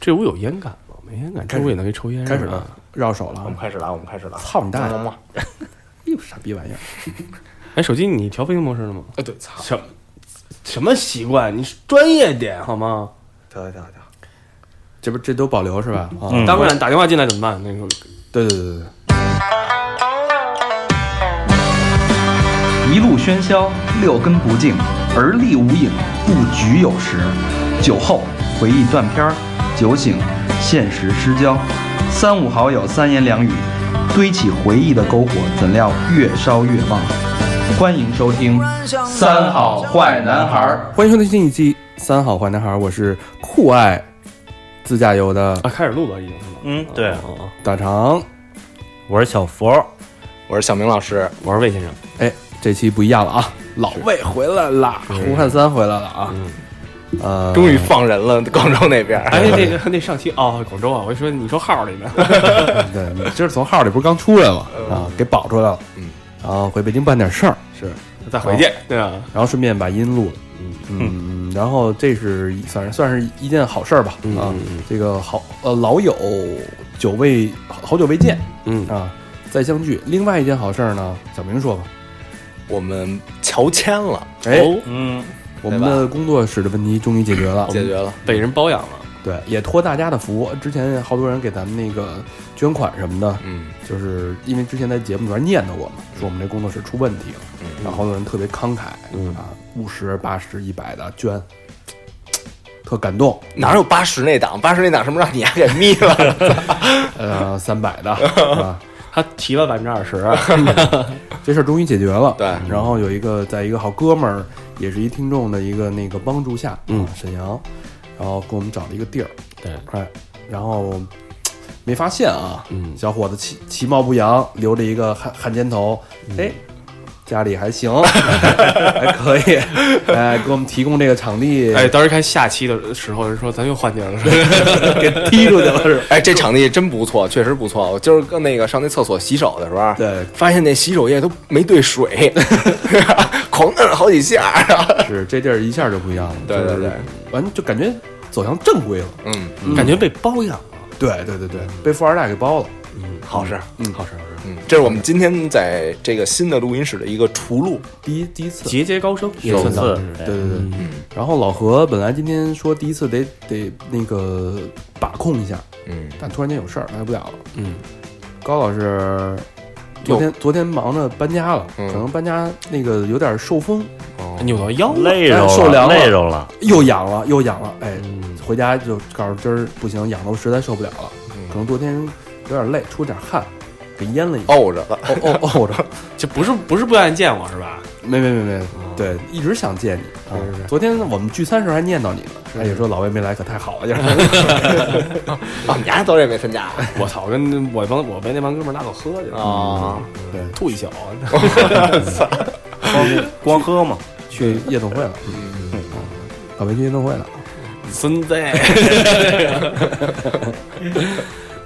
这屋有烟感吗？没烟感，这屋也能给抽嗯烟开始是吧了，绕手了我们啊，开始了，我们开始了。操你大么么爷么！！哟，傻逼玩意儿！哎，手机你调飞行模式了吗？哎，对，操！什什么习惯？你专业点好吗？得得得，这不这都保留是吧？啊，嗯当然，打电话进来怎么办？那个对对对对，一路喧嚣，六根不净，而立无影，布局有时。酒后回忆断片儿，酒醒现实失焦。三五好友三言两语，堆起回忆的篝火，怎料越烧越旺。欢迎收听《三好坏男孩儿欢迎收听新一期《三好坏男孩》，我是酷爱自驾游的啊，开始录吧，已经是吗？嗯，对，哦哦大肠。我是小佛，我是小明老师，我是魏先生。哎，这期不一样了啊，老魏回来了，胡汉三回来了啊，呃，嗯终于放人了，广州那边。哎，那个那上期哦，广州啊，我还说你说号里呢。对，你这是从号里不是刚出来吗？啊，给保出来了，嗯，然后回北京办点事儿，是， 再回去，对啊，然后顺便把音录了，嗯嗯，然后这是算是算是一件好事儿吧，嗯啊嗯嗯，这个好呃老友久未好好久未见嗯，啊，再相聚。另外一件好事儿呢，小明说吧，我们乔迁了，哎，哦，嗯，我们的工作室的问题终于解决了，解决了。被人包养了，对，也托大家的福，之前好多人给咱们那个捐款什么的，嗯，就是因为之前在节目里边念叨过嘛，说我们这工作室出问题了，然后好多人特别慷慨，嗯啊，五十、八十、一百的捐，特感动。哪有八十那档？八十那档是不是让你丫给眯 了？呃，三百的，啊，他提了百分之二十，啊这事儿终于解决了。对然后有一个在一个好哥们儿，也是一听众的一个那个帮助下，嗯啊沈阳，然后给我们找了一个地儿，对，哎，然后没发现啊，嗯小伙子其其貌不扬，留着一个汉汉奸头，哎，家里还行， 还可以， 哎，给我们提供这个场地，哎，当时看下期的时候，人说咱又换地儿了，是吧 给踢出去了是吧？哎，这场地真不错，确实不错。我今儿跟那个上那厕所洗手的时候，对发现那洗手液都没兑 水，狂摁了好几下。是这地儿一下就不一样了，对对对，完就感觉走向正规了，嗯，感觉被包养了，对对对对，被富二代给包了，好事。嗯，好事好事，嗯，这是我们今天在这个新的录音室的一个出路。第一第一次，节节高升，也首算次咱们对嗯对对，然后老何本来今天说第一次得得那个把控一下，嗯，但突然间有事儿来不了了。嗯，高老师昨天昨天忙着搬家了，嗯可能搬家那个有点受风，哦扭到腰了，累着哎受凉了累着了，又痒了又痒了，哎，嗯回家就告诉今儿不行，痒的我实在受不了了，哦可能昨天有点累，出点汗，给淹了一。沤着了。哦哦哦，我这这不是不是不愿意见我是 吧？没没没没，对，一直想见啊你。啊是是昨天我们聚餐时候还念叨你呢，哎，也说老魏没来可太好了，就是 哦，你丫早也没参加我操，跟我帮我被那帮哥们儿拉走喝去了，啊？对，吐一宿， 光喝嘛，去夜总会了，嗯，老魏去夜总会了。孙子，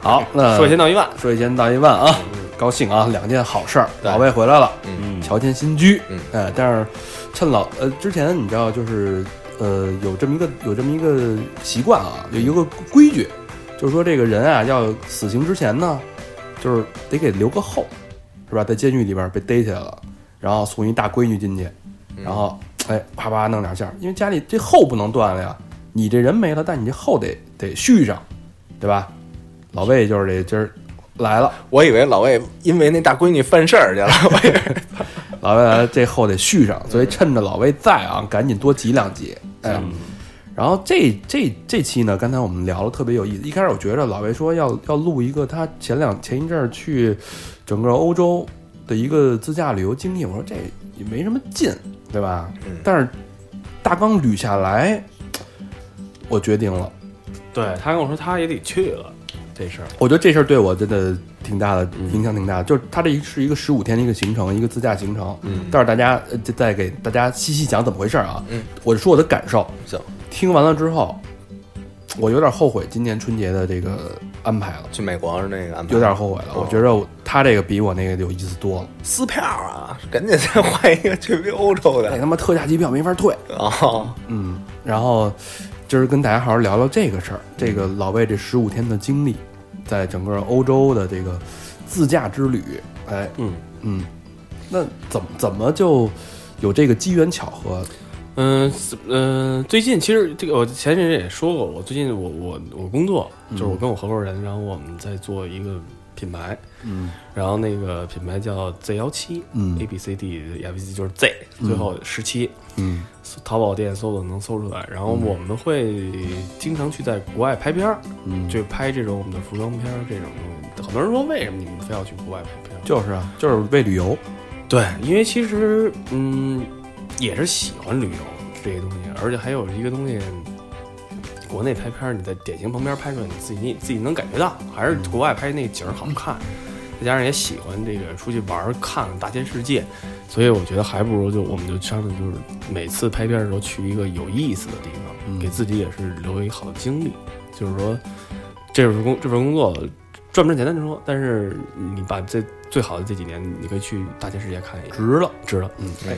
好，那说一千道一万，说一千道一万啊，高兴啊，两件好事儿，对老魏回来了，嗯，乔迁新居，嗯哎，但是趁老呃之前你知道就是呃有这么一个有这么一个习惯啊，嗯有一个规矩，就是说这个人啊要死刑之前呢，就是得给留个后，是吧？在监狱里边被逮起来了，然后送一大闺女进去，嗯然后哎啪啪弄两下，因为家里这后不能断了呀，你这人没了，但你这后得得续上，对吧？老魏就是得今儿来了。我以为老魏因为那大闺女犯事儿 去了。我以为老魏来了这后得续上，所以趁着老魏在啊，赶紧多挤两集。哎，然后这这这期呢，刚才我们聊了特别有意思。一开始我觉着老魏说要要录一个他前两前一阵儿去整个欧洲的一个自驾旅游经历，我说这也没什么劲，对吧？但是大纲捋下来，我决定了，对他跟我说他也得去了，这事儿，我觉得这事儿对我真的挺大的嗯影响，挺大的。就是它这一是一个十五天的一个行程，一个自驾行程。嗯，待会儿大家呃就再给大家细细讲怎么回事儿啊。嗯，我就说我的感受。行，听完了之后，我有点后悔今年春节的这个安排了，去美国是那个安排有点后悔了。哦我觉得我他这个比我那个有意思多了。撕票啊，赶紧再换一个去欧洲那哎的他妈特价机票没法退。啊。嗯，然后今儿跟大家好好聊聊这个事儿，这个老魏这十五天的经历，在整个欧洲的这个自驾之旅，哎，嗯嗯，那怎么怎么就有这个机缘巧合？嗯嗯，最近其实这个我前阵子也说过，我最近我我我工作就是我跟我合伙人，然后我们在做一个品牌，嗯然后那个品牌叫 Z 幺七，嗯，A B C D E F G 就是 Z，最后十七，嗯淘宝店搜索能搜出来。然后我们会经常去在国外拍片儿，嗯，就拍这种我们的服装片儿这种东西。很多人说为什么你们非要去国外拍片儿？就是啊，就是为旅游，对，因为其实嗯，也是喜欢旅游这些东西，而且还有一个东西，国内拍片儿你在典型旁边拍出来，你自己你自己能感觉到，还是国外拍那景儿好看，嗯再加上也喜欢这个出去玩儿看看大千世界，所以我觉得还不如就我们就商量，就是每次拍片儿的时候去一个有意思的地方，嗯给自己也是留一个好的经历，就是说这份工这份工作。赚不赚钱单说，但是你把这最好的这几年，你可以去大千世界看一看，值了。值了。嗯，哎，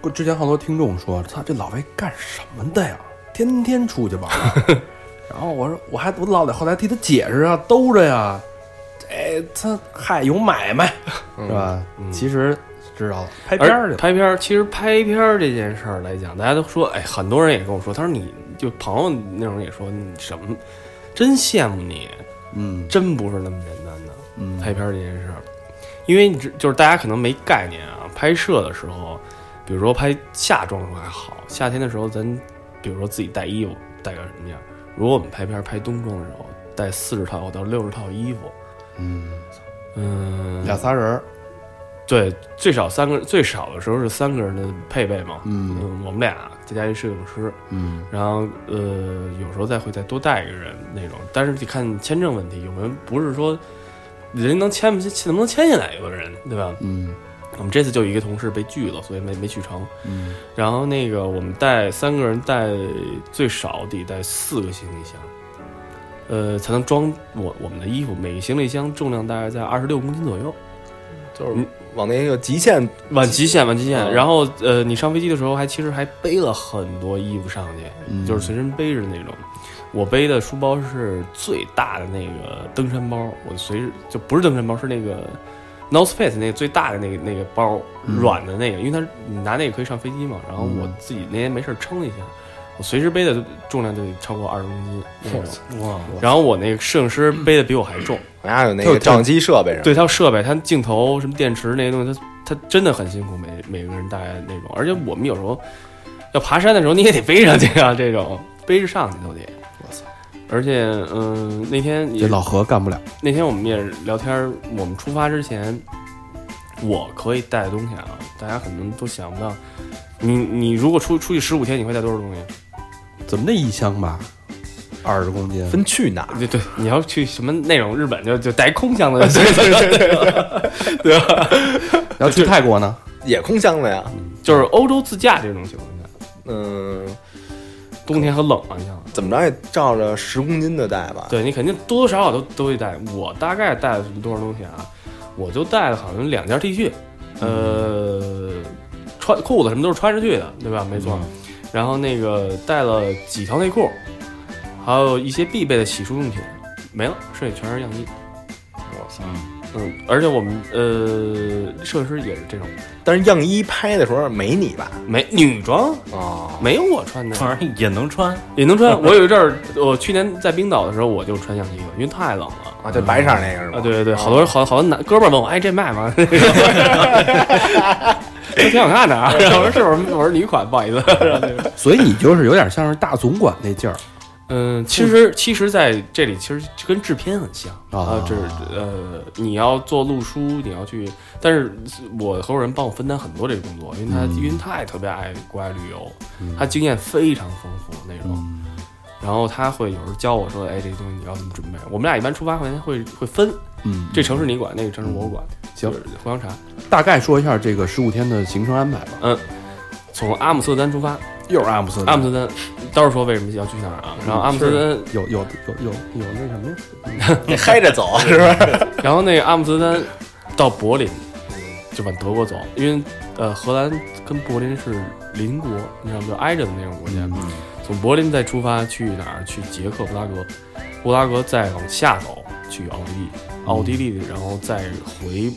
过之前好多听众说，操，这老魏干什么的呀？天天出去玩儿。 然后我说，我还我老在后台替他解释啊，兜着呀。这他嗨有买卖是吧？嗯其实知道了，拍片儿而去了。拍片儿，其实拍片儿这件事儿来讲，大家都说，哎，很多人也跟我说，他说你就朋友那种也说你什么，真羡慕你，嗯真不是那么简单的。嗯，拍片儿这件事儿，因为你知就是大家可能没概念啊，拍摄的时候，比如说拍夏装的时候还好，夏天的时候咱比如说自己带衣服带个什么样儿，如果我们拍片儿拍冬装的时候，带四十套到六十套衣服，嗯，嗯，俩仨人儿，对，最少三个，最少的时候是三个人的配备嘛。嗯我们俩再加一摄影师，嗯然后呃，有时候再会再多带一个人那种，但是得看签证问题，有没有不是说人能签不签，能不能签下来，有的人对吧？嗯我们这次就有一个同事被拒了，所以没没去成。嗯然后那个我们带三个人带最少得带四个行李箱，呃，才能装我我们的衣服，每个行李箱重量大概在二十六公斤左右。就是往那个极限，晚极限，晚极限。嗯然后呃，你上飞机的时候还其实还背了很多衣服上去，嗯就是随身背着那种。我背的书包是最大的那个登山包，我随时就不是登山包，是那个 North Face 那个最大的那个那个包，嗯软的那个，因为它是你拿那个可以上飞机嘛。然后我嗯自己那天没事儿称一下，我随时背的重量就得超过二十公斤那种。哇，然后我那个摄影师背的比我还重，我家有那个照相机设备上，对，它有设备，它镜头什么电池那些东西，它它真的很辛苦，每每个人大概那种。而且我们有时候要爬山的时候，你也得背上去啊，这种背着上去都得。我操！而且，嗯、那天也这老何干不了。那天我们也聊天儿，我们出发之前，我可以带的东西啊，大家可能都想不到。你你如果出出去十五天，你会带多少东西？怎么那一箱吧，二十公斤，分去哪儿？对对，你要去什么那种日本就就带一空箱子 就行了，对对对对吧？然后去泰国呢？也空箱子呀。 就是欧洲自驾这种情况下，嗯，冬天很冷啊，你想。怎么着也照着十公斤的带吧。啊对你肯定多多少少都都会带。我大概带了多少东西啊？我就带了好像两件 T 恤，呃，穿裤子什么都是穿着去的，对吧？没错。然后那个带了几条内裤，还有一些必备的洗漱用品，没了，剩下全是样衣。我操！嗯，而且我们呃，摄影师也是这种，但是样衣拍的时候没你吧？没女装哦，没有我穿的，反正也能穿，也能穿。我有一阵儿，我去年在冰岛的时候我就穿样衣了，因为太冷了。啊，对，白色那个是吧？哦啊，对对对，好多人好好多男哥们儿问我，哎，这卖吗？ 这挺好看的啊。然后我说是我说我说女款，不好意思。 所以你就是有点像是大总管那劲儿，嗯，其实其实在这里其实跟制片很像啊啊，这是呃，你要做路书，你要去，但是我合伙人帮我分担很多这个工作，因为他、因为他也特别爱国外旅游，他经验非常丰富那种。然后他会有时候教我说：“哎，这东西你要怎么准备？”我们俩一般出发前会会分，嗯，这城市你管，那个城市我管，行就是互相查。大概说一下这个十五天的行程安排吧。从阿姆斯特丹出发，又是阿姆斯阿姆斯特丹，到时候说为什么要去那儿啊？然后阿姆斯特丹，有有有有有那什么呀？ 得嗨着走是吧？然后那个阿姆斯特丹到柏林，就往德国走，因为呃荷兰跟柏林是邻国，你知道吗？就挨着的那种国家。从柏林再出发去哪儿？去捷克布拉格，布拉格再往下走去奥地利，奥地利然后再回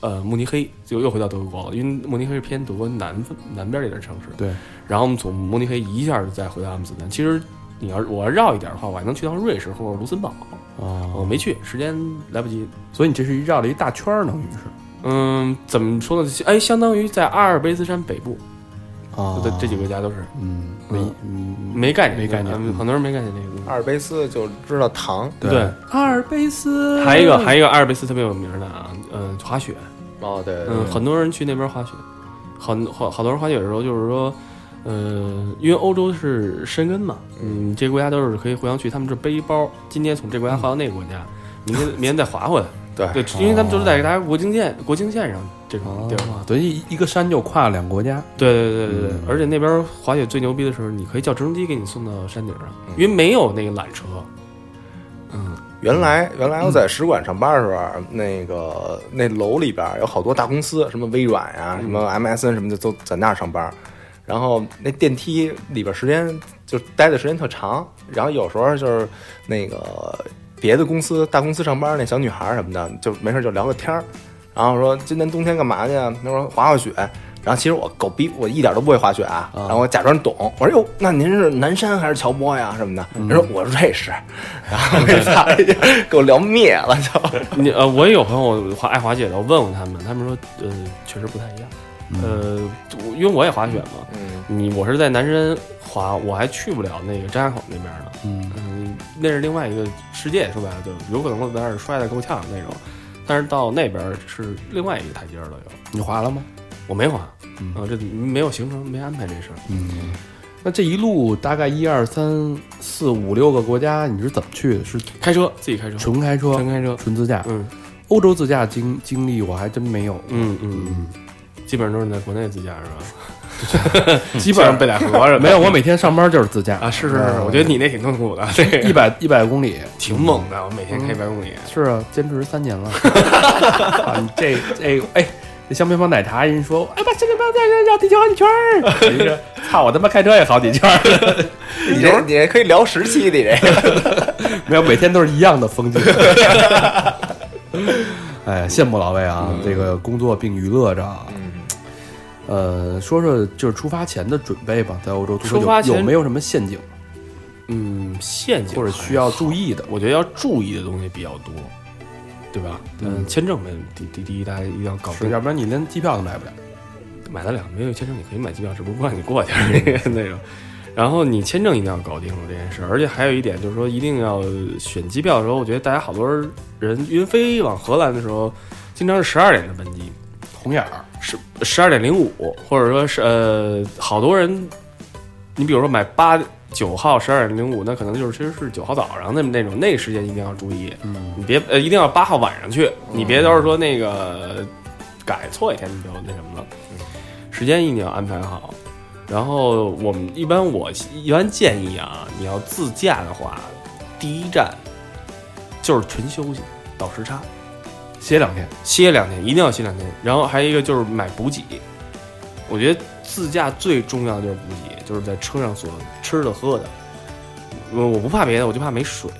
呃慕尼黑，就又回到德国了，因为慕尼黑是偏德国南分南边儿一点城市。对，然后我们从慕尼黑一下就再回到阿姆斯特丹。其实你要是我要绕一点的话，我还能去趟瑞士或者卢森堡，我哦，没去，时间来不及。所以你这是一绕了一大圈儿，等于是嗯，怎么说呢？哎，相当于在阿尔卑斯山北部，啊这这几个国家都是嗯没嗯哦没概念，没概念嗯嗯很多人没概念这个东西。阿尔卑斯就知道糖，对，阿尔卑斯还有一个，还有一个阿尔卑斯特别有名的啊，嗯，滑雪，哦，对，对嗯，很多人去那边滑雪，很好好多人滑雪的时候就是说，呃，因为欧洲是申根嘛，嗯，这些国家都是可以互相去，他们是背包，今天从这国家滑到那个国家，明天明天再滑回来，对嗯对，哦因为他们就是在大家国境线国境线上这种地儿滑啊，，等于一一个山就跨了两个国家，对对对对对，而且那边滑雪最牛逼的时候，你可以叫直升机给你送到山顶上，嗯因为没有那个缆车，嗯，原来原来我在使馆上班的时候，啊那个那楼里边有好多大公司，什么微软呀、什么 MSN 什么的，都在那儿上班。然后那电梯里边时间就待的时间特长，然后有时候就是那个别的公司大公司上班那小女孩什么的，就没事就聊个天儿，然后说今年冬天干嘛去啊？她说滑滑雪。然后其实我狗逼，我一点都不会滑雪啊。然后我假装懂，我说哟，那您是南山还是乔波呀什么的？人说我是瑞 士，然后给他给我聊灭了就。你呃，我也有朋友滑爱滑雪的，我问过他们，他们说呃，确实不太一样。呃，我因为我也滑雪嘛，嗯，你我是在南山滑，我还去不了那个张家口那边呢。嗯嗯，那是另外一个世界，说白了就有可能我在那儿摔得够呛那种。但是到那边是另外一个台阶儿了，又你滑了吗？我没滑，嗯啊，这没有行程，没安排这事儿。嗯，那这一路大概一二三四五六个国家，你是怎么去的？是开车自己开车，纯开车、纯开车，纯自驾？嗯欧洲自驾经经历我还真没有，嗯嗯嗯，基本上都是你在国内自驾是吧？基基本上北戴河是吧嗯没有。 我每天上班就是自驾，啊，是是是，我觉得你那挺痛苦的， 对，一百一百公里。挺猛的，我每天开一百公里。是啊，坚持三年 了。啊、你这这哎，那香槟房奶茶人说，哎，把香槟房再绕地球好几圈 儿。你这操，我他妈开车也好几圈儿，你这你这可以聊十期的这个。 没有，每天都是一样的风景。 哎，羡慕老魏啊，这个工作并娱乐着。嗯，呃，说说就是出发前的准备吧，在欧洲出发有前有没有什么陷阱嗯，陷阱或者需要注意，意的？我觉得要注意的东西比较多，对吧？嗯，签证没第第第一，大家一定要搞是，定要。不然你连机票都买不了。买得了，没有签证你可以买机票，只不过不让你过去而已那种。然后你签证一定要搞定了这件事，而且还有一点就是说，一定要选机票的时候，我觉得大家好多人云飞往荷兰的时候，经常是十二点的班机，红眼儿，十十二点零五，或者说是呃，好多人，你比如说买八九号十二点零五，那可能就是其实是九号早上那那种那时间一定要注意，嗯，你别呃一定要八号晚上去，你别到时候说那个改错一天你就那什么了，时间一定要安排好。然后我们一般我一般建议啊，你要自驾的话，第一站就是纯休息，倒时差。歇两天。歇两天，一定要歇两天。然后还有一个就是买补给，我觉得自驾最重要的就是补给，就是在车上所吃的喝的。我我不怕别的，我就怕没水，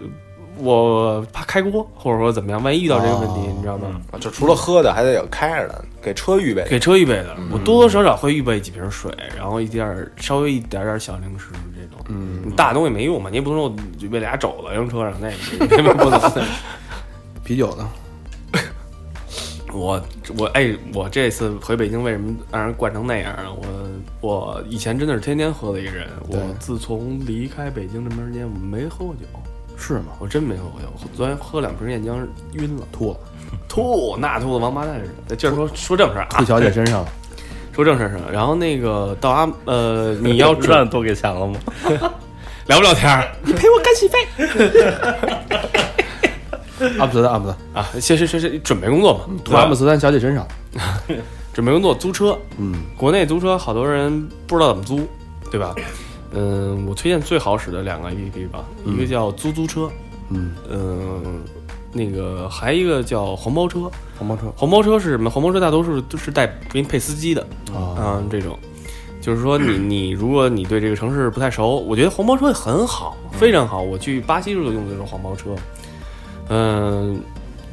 呃我怕开锅或者说怎么样，万一遇到这个问题，哦你知道吗？嗯啊就 除了喝的，还得有开着的， 给车预备的。给车预备的，嗯我多多少少会预备几瓶水，然后一点儿稍微一点点小零食这种。嗯，你大东西没用嘛，你也不能说我预备俩肘子扔车上，那也没 不能。啤酒呢？我我哎，我这次回北京为什么让人惯成那样啊？我我以前真的是天天喝的一个人，对我自从离开北京这么长时间，我没喝过酒，是吗？我真没喝过酒。我昨天喝两瓶燕江，晕了，吐了，吐，那吐的王八蛋似的。接着说说正事儿 吐啊，小姐身上了。说正事儿上。然后那个到阿呃，你要 准赚多给钱了吗？聊不聊天儿阿姆斯特丹，阿姆斯特丹啊？先先先先准备工作嘛，吐阿姆斯特丹小姐身上。准备工作租车，嗯，国内租车好多人不知道怎么租，对吧？嗯，我推荐最好使的两个 APP 吧，一个叫租租车，嗯，嗯，那个还一个叫黄包车，黄包车黄包车是什么？黄包车大多数都是带给你配司机的，啊，嗯，这种就是说 你你如果你对这个城市不太熟，我觉得黄包车很好，嗯非常好。我去巴西时候用的就是黄包车，嗯、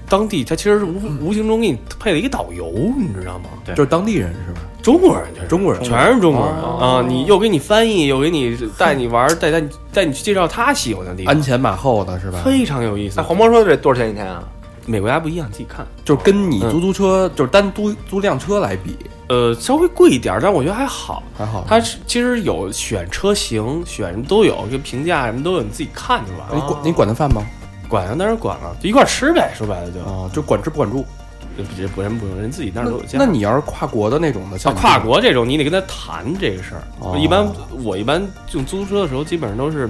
当地它其实是无嗯无形中给你配了一个导游，你知道吗？对就是当地人是吧？中国人全是中国人哦全是中国人、啊！你又给你翻译，又给你带你玩， 带带你带你去介绍他喜欢的地方，鞍前马后的是吧？非常有意思。哎那黄包车这多少钱一天啊？每国家不一样，自己看。就是跟你租租车，就是单租租辆车来比，呃，稍微贵一点，但我觉得还好。还好。它是其实有选车型，选什么都有，这评价什么都有，你自己看就完你了。管你管他饭吗？管啊，当然管了，就一块儿吃呗。说白了就，啊，就管吃不管住。就直接不人不用，人自己那儿都有家。那你要是跨国的那种的，像像跨国这种，你得跟他谈这个事儿。哦一般我一般用租车的时候，基本上都是，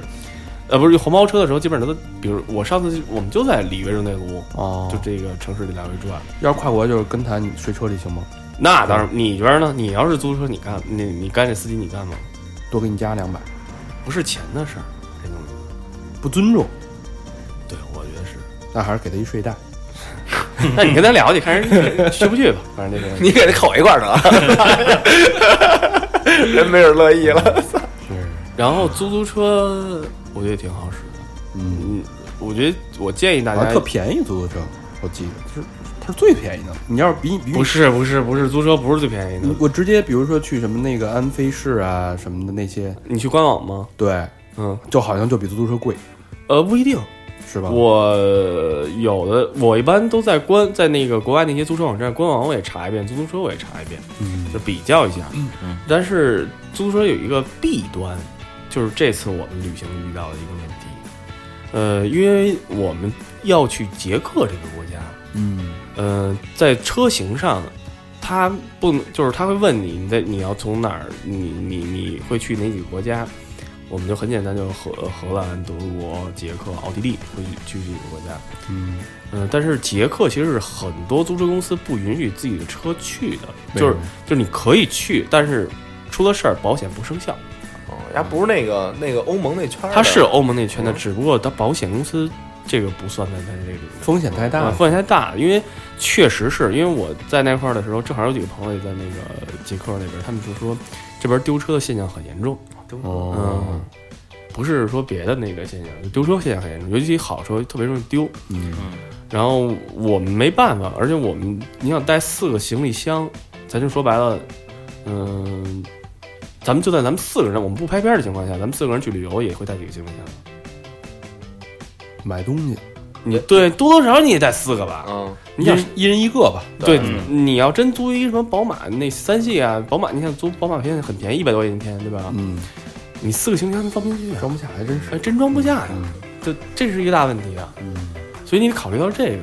呃，不是黄包车的时候，基本上都，比如我上次我们就在里约热内卢，哦，就这个城市里来回转。要是跨国就是跟他你睡车里行吗？那当然，你觉得呢？你要是租车，你干你你干这司机，你干吗？多给你加两百，不是钱的事儿，这东西。不尊重，对，我觉得是。那还是给他一睡袋。那你跟他聊去，看 人去不去吧。嗯反正这个 你给他口一块儿得 了，人没准乐意了。然后租租车，我觉得挺好使的。嗯，嗯，我觉得我建议大好家啊像特便宜租的车，我记得是它是最便宜的。你要是比比不是不是不是租车不是最便宜的你。我直接比如说去什么那个安飞市啊什么的那些，你去官网吗？对，嗯，就好像就比租车贵，呃，不一定。是吧？我有的我一般都在官在那个国外那些租车网站官网我也查一遍，租租车我也查一遍，嗯就比较一下。嗯但是租车有一个弊端，就是这次我们旅行遇到的一个问题。呃，因为我们要去捷克这个国家，嗯，呃，在车型上，他不能，就是他会问你，你在你要从哪儿，你你你会去哪几个国家？我们就很简单，就荷荷兰、德国、捷克、奥地利会去去这几个国家。嗯，嗯、但是捷克其实是很多租车公司不允许自己的车去的，就是就是你可以去，但是出了事儿保险不生效。哦，人家不是那个那个欧盟那圈儿的，它是欧盟内圈的，嗯只不过它保险公司这个不算在它这里面。风险太大啊，了。风险太大，因为确实是因为我在那块儿的时候，正好有几个朋友也在那个捷克那边，他们就说这边丢车的现象很严重。哦，嗯不是说别的那个现象，就丢车现象很严重，尤其好车特别容易丢。嗯，然后我们没办法，而且我们你想带四个行李箱，咱就说白了，嗯、咱们就在咱们四个人，我们不拍片儿的情况下，咱们四个人去旅游也会带几个行李箱。买东西，你对多多少少你也带四个吧？嗯，你想一人一人一个吧。对，你要真租一什么宝马那三系啊，宝马你想租宝马便宜很便宜，一百多块钱一天，对吧？嗯，你四个行李箱装不进去啊，装不下还真是。还真装不下呀、这这是一个大问题啊。嗯，所以你得考虑到这个，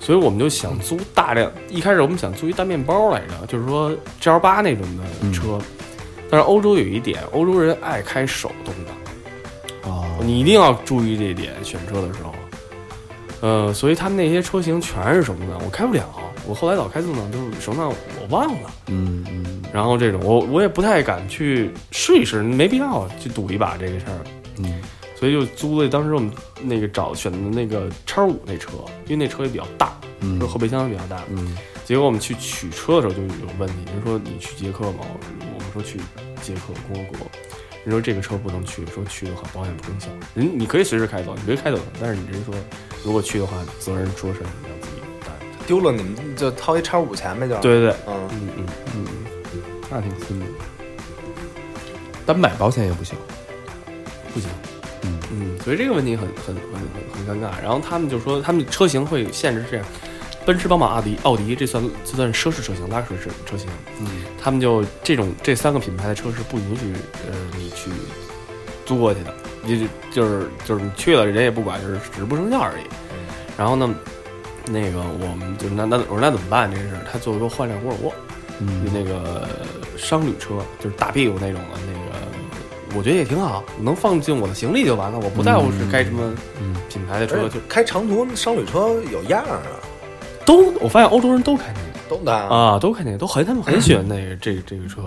所以我们就想租大量。一开始我们想租一大面包来着，就是说 G L 八那种的车。嗯但是欧洲有一点，欧洲人爱开手动挡，哦，你一定要注意这点，选车的时候。呃，所以他们那些车型全是手动挡，我开不了。我后来老开自动挡，就是手动挡我忘了。嗯嗯然后这种我我也不太敢去试一试，没必要去赌一把这个事儿，嗯，所以就租了当时我们那个找选的那个叉五那车，因为那车也比较大，嗯说后备箱也比较大。嗯结果我们去取车的时候就有问题，人说你去捷克吗？我们说去捷克共和国，人说这个车不能去，说去的话保险不生效。人你可以随时开走，你可以开走，但是你人说如果去的话，责任说是你要自己担。丢了你们就掏一叉五钱呗，就，对对对，嗯，嗯嗯，那挺孙子的。单买保险也不行。不行。嗯嗯，所以这个问题很很很很很尴尬。然后他们就说，他们车型会限制是这样，奔驰、宝马、奥迪，奥迪这算这算奢侈车型、拉克车车型。嗯，他们就这种这三个品牌的车是不允许呃你去租过去的，你就就是就是你去了人也不管，就是只是不生效而已。然后呢，那个我们就那那我说那怎么办这事儿？他最后给我换辆沃尔沃，就嗯那个商旅车，就是大屁股那种的那个，我觉得也挺好，能放进我的行李就完了，我不在乎是开什么品牌的车，而就且开长途商旅车有样儿啊，都我发现欧洲人都开那都的个，啊，都开那个，都很他们很喜欢那个嗯这个这个车，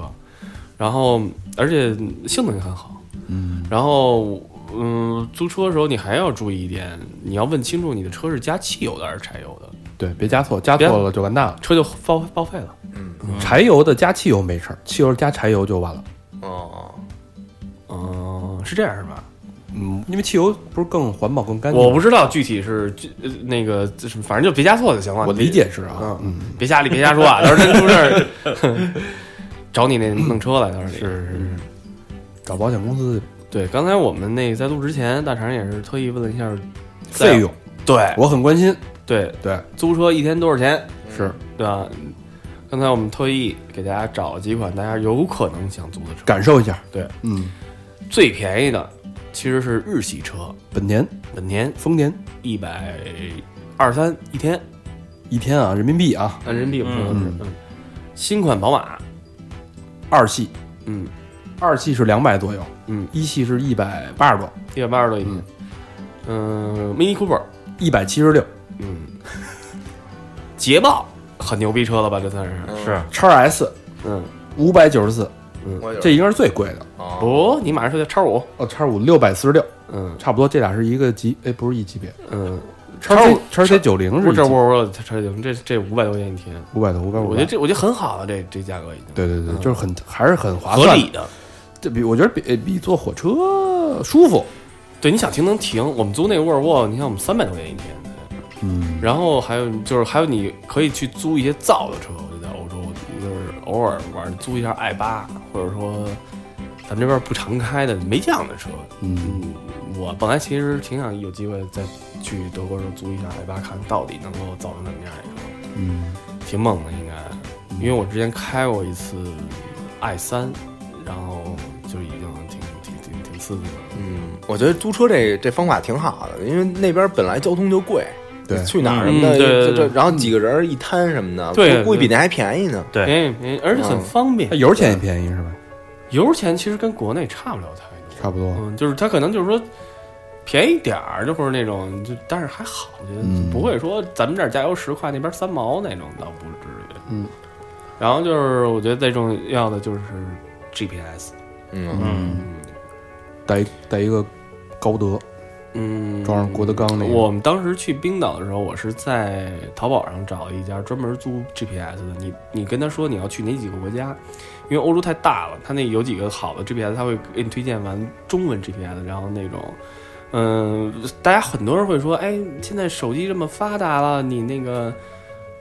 然后而且性能也很好，嗯然后嗯，租车的时候你还要注意一点，你要问清楚你的车是加汽油的还是柴油的，对，别嗯加错，加错了就完蛋了。车就报报废了。柴油的加汽油没事儿，汽油加柴油就完了。哦，哦嗯，是这样是吧？嗯，因为汽油不是更环保、更干净吗？我不知道具体是具呃那个什么，反正就别加错就行了。我理解是啊，嗯，别瞎理，别瞎说 啊！到时候真出事儿， 找你那弄车来，到时候得是是是，找保险公司对。刚才我们那在录之前，大肠也是特意问了一下在啊费，用，对我很关心。对，对，租车一天多少钱，是对吧？刚才我们特意给大家找了几款大家有可能想租的车，感受一下。对，嗯，最便宜的其实是日系车，本田、本田丰田一百二三一天，一天啊，人民币啊，按人民币我说的是，嗯，新款宝马，二系，嗯，二系是两百左右，嗯，一系是一百八十多，一百八十多一天，嗯，Mini Cooper，一百七十六。嗯，捷豹很牛逼车了吧？这算是，是叉 S 嗯，五百九十四，我有这应该是最贵的。哦，不，你马上说的叉五，哦，叉五六百四十六，嗯差不多，这俩是一个级，哎，不是一级别。嗯，叉叉 C 五叉 C 九零不是是一这级不不不，这这这五百多块钱一天，五百多，五百五。我觉得这我觉得很好了，啊这这价格已经对对对，就是很还是很划合算理的，的。这比我觉得比哎比坐火车舒服。对，你想停能停。我们租那个沃尔沃，你看我们三百多块钱一天，嗯，然后还有就是还有你可以去租一些造的车，我觉得在欧洲就是偶尔玩租一下 i 八，或者说咱们这边不常开的没降的车。嗯，我本来其实挺想有机会再去德国时候租一下 i 八，看到底能够造成怎么样一个，嗯，挺猛的应该，因为我之前开过一次 i 三，然后就已经挺挺挺挺刺激了。嗯，我觉得租车这这方法挺好的，因为那边本来交通就贵，对去哪儿什么的，嗯对对这对这然后几个人一摊什么的，对估估计对比那还便宜呢。对便宜便哎宜，而且很嗯方便那。油钱也便宜是吧？油钱其实跟国内差不了太多，差不多。嗯，就是它可能就是说便宜点儿，就或者那种，就但是还好，我觉得嗯不会说咱们这儿加油十块，那边三毛那种，倒不至于。嗯，然后就是我觉得最重要的就是 GPS，嗯，嗯，带一带一个高德，嗯，装上郭德纲那个。我们当时去冰岛的时候，我是在淘宝上找了一家专门租 GPS 的。你你跟他说你要去哪几个国家，因为欧洲太大了，他那有几个好的 GPS，他会给你推荐完中文 GPS，然后那种，嗯、大家很多人会说，哎，现在手机这么发达了，你那个，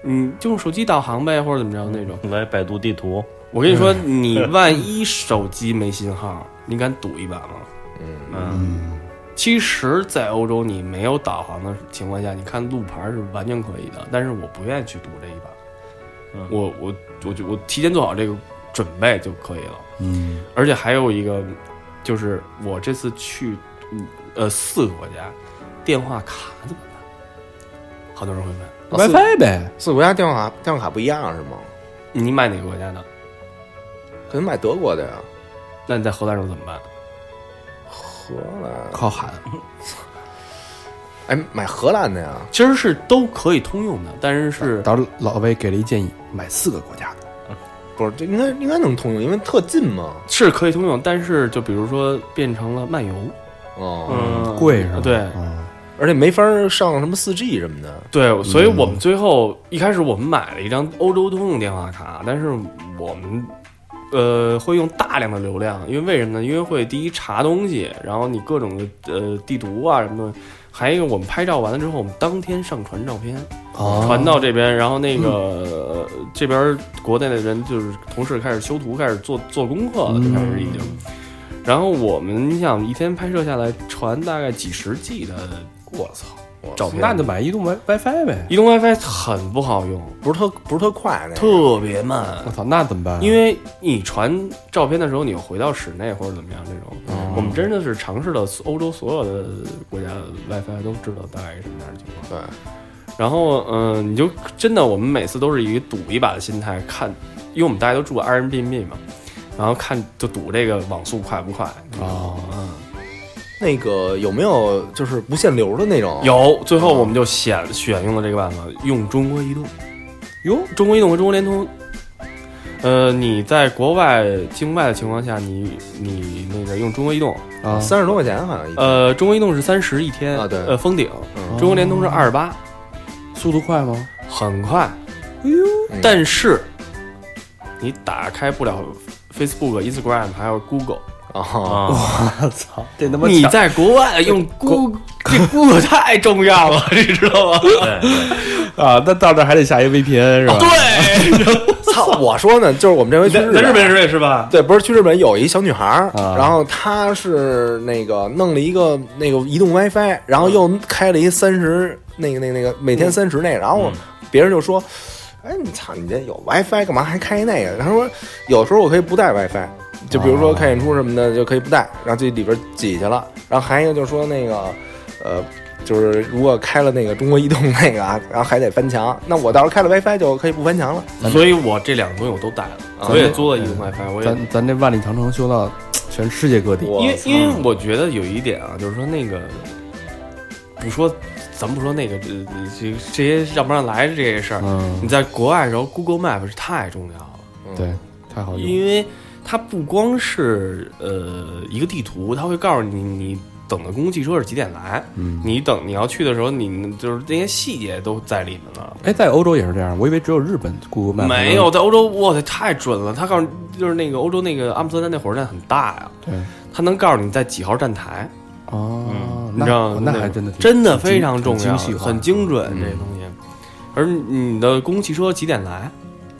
嗯，就用手机导航呗，或者怎么着那种。来百度地图，我跟你说，你万一手机没信号，你敢赌一把吗？嗯，其实，在欧洲你没有导航的情况下，你看路牌是完全可以的。但是我不愿意去赌这一把，嗯我我我就我提前做好这个准备就可以了。嗯而且还有一个，就是我这次去，嗯呃，四个国家，电话卡怎么办？很多人会问，哦四，WiFi 呗。四国家电话卡电话卡不一样是吗？你买哪个国家的？可能买德国的呀，那你在荷兰时候怎么办？荷兰，靠喊，哎，买荷兰的呀，其实是都可以通用的，但是是到时候老魏给了一建议，买四个国家的，不是，这应该应该能通用，因为特近嘛。是可以通用，但是就比如说变成了漫游，哦，嗯，贵是吧？对，嗯而且没法上什么四 G 什么的。对，所以我们最后一开始我们买了一张欧洲通用电话卡，但是我们呃会用大量的流量，因为为什么呢？因为会第一查东西，然后你各种的呃地图啊什么的，还有一个我们拍照完了之后，我们当天上传照片，哦传到这边，然后那个、呃这边国内的人就是同事开始修图，开始做做功课了，就开始已经。然后我们，你想一天拍摄下来，传大概几十 G 的，我操，照片那就买移动 Wi WiFi 呗。移动 WiFi 很不好用，不是特不是特快那个，特别慢 我。操，那怎么办啊？因为你传照片的时候，你回到室内或者怎么样这种，我们真的是尝试了欧洲所有的国家的 WiFi 都知道大概是什么样的情况。对，然后，嗯、你就真的，我们每次都是以赌一把的心态看，因为我们大家都住 Airbnb 嘛，然后看就赌这个网速快不快。哦嗯，那个有没有就是不限流的那种？，有，最后我们就选选用了这个办法，用中国移动。哟，中国移动和中国联通，呃，你在国外境外的情况下，你你那个用中国移动，啊，三十多块钱好像一天。呃，中国移动是三十一天，啊对呃，封顶，嗯中国联通是二十八，速度快吗？很快，哎呦，嗯但是你打开不了 Facebook、Instagram 还有 Google。啊，啊，我操，这他妈你抢在国外用 Google，这 Google 太重要了，你知道吗？对，对啊？那到那儿还得下一 VPN 是吧？对，操！我说呢，就是我们这回去在在日本是是吧？对，不是去日本有一小女孩儿，啊然后她是那个弄了一个那个移动 WiFi，然后又开了一三十那个那个那个每天三十那个，然后别人就说：“哎，你操，你这有 WiFi 干嘛还开那个？”她说：“有时候我可以不带 WiFi，就比如说看演出什么的就可以不带，然后这里边挤去了。”然后还有一个就是说那个呃。就是如果开了那个中国移动那个啊，然后还得翻墙，那我到时候开了 WiFi 就可以不翻墙了。所以我这两个东西我都带了，我也租了移动 WiFi，我也咱咱这万里长城修到全世界 各地，我因为因为我觉得有一点啊，就是说那个，你说咱不说那个呃这这些让不让来这些事儿，嗯，你在国外的时候 Google Map 是太重要了，对，太好用了。因为它不光是呃一个地图，它会告诉你你等的公共汽车是几点来，嗯你等你要去的时候，你就是那些细节都在里面了。哎，在欧洲也是这样，我以为只有日本 Google Map 没有，在欧洲，哇塞，太准了！它告诉你就是那个欧洲那个阿姆斯特丹那火车站很大呀，对它能告诉你在几号站台。哦，嗯你那知道吗那还真的挺真的非常重挺要，精细化很精准嗯这东西。而你的公共汽车几点来？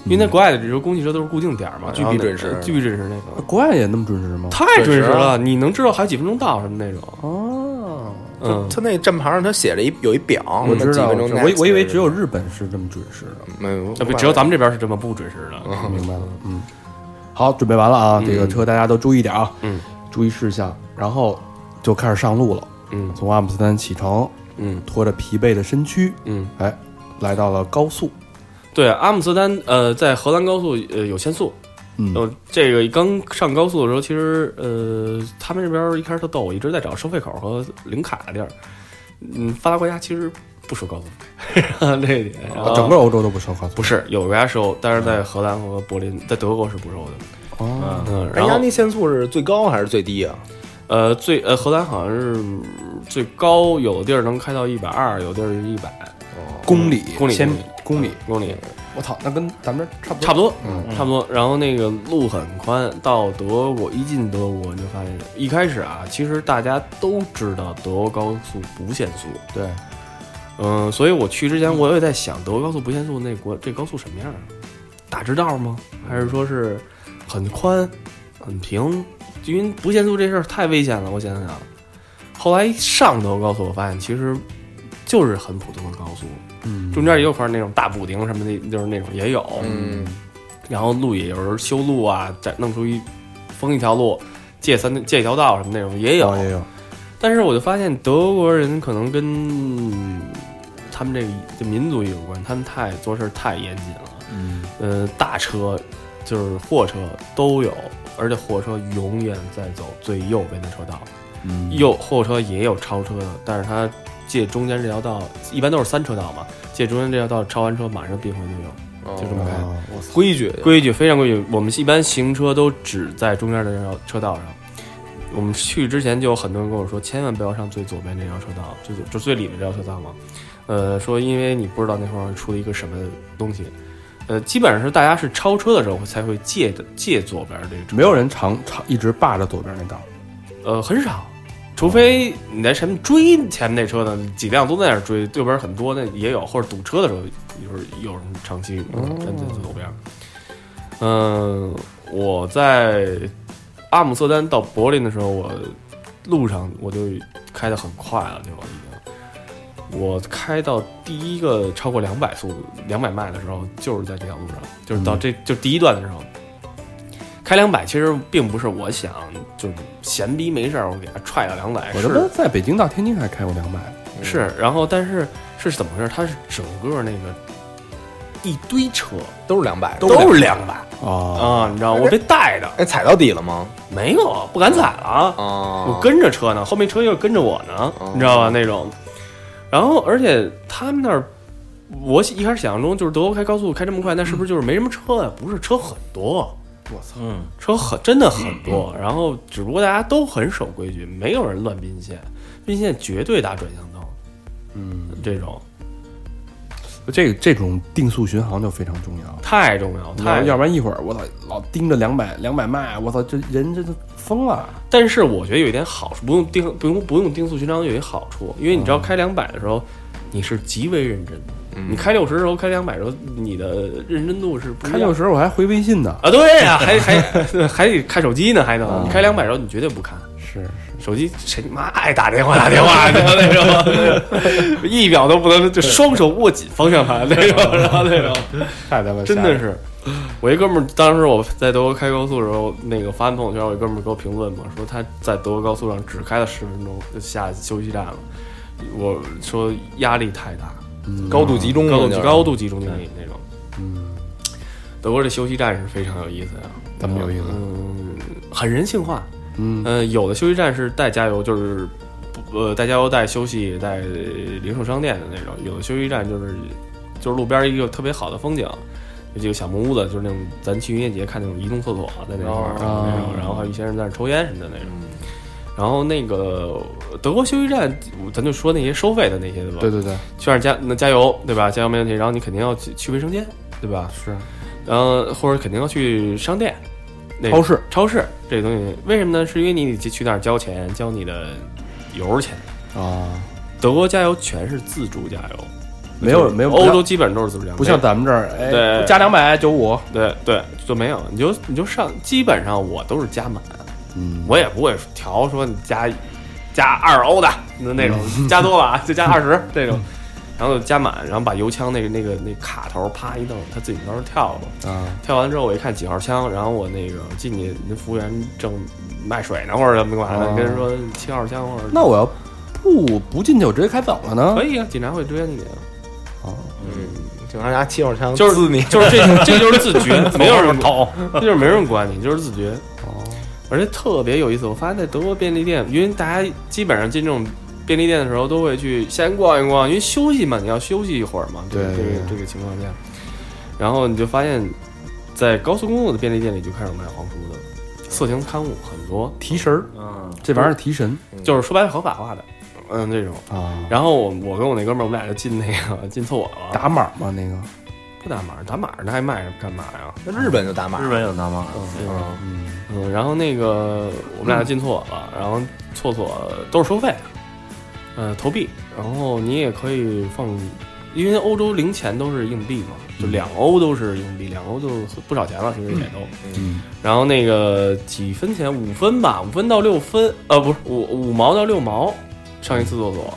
因为嗯在国外的，比如说公共汽车都是固定点儿嘛，巨然后必那准时巨必准时那 种，国外也那么准时吗？太准准时时了，啊你能知道还有几分钟到什么那种。哦，嗯，他那站牌上他写着一有一表，我那知几道，分我钟知道内我以我以为只有日本是这么准时的，没有，呃那不只有咱们这边是这么不准时的。明白了，嗯，好，准备完了啊，这个车大家都注意点啊，嗯，注意事项，然后就开始上路了。嗯从阿姆斯特丹启程，嗯拖着疲惫的身躯，嗯，哎，来到了高速，对，阿姆斯特丹呃，在荷兰高速呃有限速。嗯呃，这个刚上高速的时候，其实呃，他们这边一开始特逗，我一直在找收费口和领卡的地儿。嗯，发达国家其实不收高速 费，这一点。然后哦整个欧洲都啊不收高速，不是有国家收，但是在荷兰和柏林，在德国是不收的。哦，嗯，哎，然压后力限速是最高还是最低啊？呃，最呃荷兰好像是最高有的地儿能开到一百二，有地儿一百嗯公里，公里千公里，公里，我操，那跟咱们这差不多，差不多，嗯差不多。然后那个路很宽，到德国一进德国你就发现，一开始啊，其实大家都知道德国高速不限速，对，嗯、所以我去之前我也在想，德国高速不限速那国这高速什么样啊？打直道吗？还是说是很宽、很平？因为不限速这事儿太危险了，我想想。后来一上德国高速，我发现其实就是很普通的高速，嗯，中间也有块那种大补丁什么的，就是那种也有。嗯，然后路也有人修路啊，再弄出一封一条路，借三借一条道什么那种也有。哦也有，但是我就发现德国人可能跟嗯他们这个这民族也有关，他们太做事太严谨了。嗯，呃，大车就是货车都有，而且货车永远在走最右边的车道。嗯右货车也有超车的，但是它借中间这条道，一般都是三车道嘛，借中间这条道超完车马上变回右右，就这么开。哦规矩，规矩非常规矩，我们一般行车都只在中间的这条车道上。我们去之前就有很多人跟我说，千万不要上最左边这条车道，最左就最里面这条车道嘛。呃，说因为你不知道那块儿出了一个什么东西。呃，基本上是大家是超车的时候才会借的借左边这个车，没有人长长一直霸着左边那道，呃很少，除非你在前面追前面那车呢，几辆都在那儿追，右边很多那也有，或者堵车的时候，有时候有人长期站在哦左边。嗯、我在阿姆斯特丹到柏林的时候，我路上我就开得很快了，就已经。我开到第一个超过两百速两百迈的时候，就是在这条路上，就是嗯到这、就第一段的时候，开两百其实并不是我想就是闲逼没事儿我给它踹到两百，我这是不在北京到天津还开过两百，是，然后但是是怎么回事？它是整个那个一堆车都是两百，都是两百哦，啊，你知道我被带的，哎，踩到底了吗？没有不敢踩了啊，啊，我跟着车呢，后面车又跟着我呢，哦你知道吧那种。然后而且他们那儿，我一开始想象中就是德国开高速开这么快，那是不是就是没什么车呀、不是，车很多。嗯，车很真的很多，然后只不过大家都很守规矩，没有人乱并线，并线绝对打转向灯，嗯，这种这这种定速巡航就非常重要。太重要，要太要不然一会儿我操老盯着两百两百迈，我操这人这都疯了。但是我觉得有一点好处，不用定不用不用定速巡航有一好处，因为你知嗯道开两百的时候，你是极为认真的。你开六十的时候，开两百的时候，你的认真度是不一开样六的十我还回微信呢，啊，对呀、还还 还得看手机呢，还能你开两百的时候，你绝对不看啊是手机，谁你妈爱打电话打电 话，然后那种一秒都不能，就双手握紧方向盘那 种，然后那种。太他妈真的是。我一哥们儿，当时我在德国开高速的时候，那个发完朋友圈，我一哥们儿给我评论嘛，说他在德国高速上只开了十分钟就下休息站了。我说压力太大，嗯高度集中嗯了高就度是高度集中精力那种。嗯，德国这休息站是非常有意思的，怎么有意思？嗯，很人性化。嗯呃，有的休息站是带加油，就是不呃带加油、带休息、带呃零售商店的那种；有的休息站就是就是路边一个特别好的风景，有几个小木屋子，就是那种咱去音乐节看那种移动厕所在那块儿、哦那种，然后还有一些人在那儿抽烟什么的那种。然后那个德国休息站，咱就说那些收费的那些对吧？对对对，去那儿加那加油对吧？加油没问题，然后你肯定要去去卫生间对吧？是然后或者肯定要去商店、那超市超市这个东西，为什么呢？是因为你得去那儿交钱，交你的油钱。啊，德国加油全是自助加油，没有没有，欧洲基本都是自助加油，不像咱们这儿，哎，对加两百九五，没有对对就没有，你就你就上，基本上我都是加满，嗯，我也不会调说你加加二欧的那那种，嗯加多了 啊，就加二十这种，然后加满，然后把油枪那个那个那卡头啪一弄，它自己到时候跳了。啊，跳完之后我一看几号枪，然后我那个进去，那服务员正卖水呢，或者怎么干嘛的，哦跟人说七号枪或者那我要不不进去，我直接开走了呢可？以啊，警察会追你的，警察拿气泡枪就是滋你， 就是这这就是自觉，没有人跑，这就是没人管你，就是自觉。哦，而且特别有意思，我发现在德国便利店，因为大家基本上进这种便利店的时候都会去先逛一逛，因为休息嘛，你要休息一会儿嘛，这个对这个这对个情况下，然后你就发现，在高速公路的便利店里就开始卖黄书的，色情刊物很多，提神儿，嗯，这玩意儿提神就是说白了合法化的，嗯，这种。啊，然后我我跟我那哥们儿，我们俩就进那个进厕所了，打码嘛那个，不打码？打码那还卖干嘛呀？那日本就打码日，本有大妈，嗯，嗯，嗯，然后那个我们俩就进厕所了，然后厕所都是收费的，呃，投币，然后你也可以放，因为欧洲零钱都是硬币嘛，就两欧都是硬币，两欧就不少钱了，其实也都。嗯。然后那个几分钱，五分吧，五分到六分，呃，不是五五毛到六毛，上一次厕所，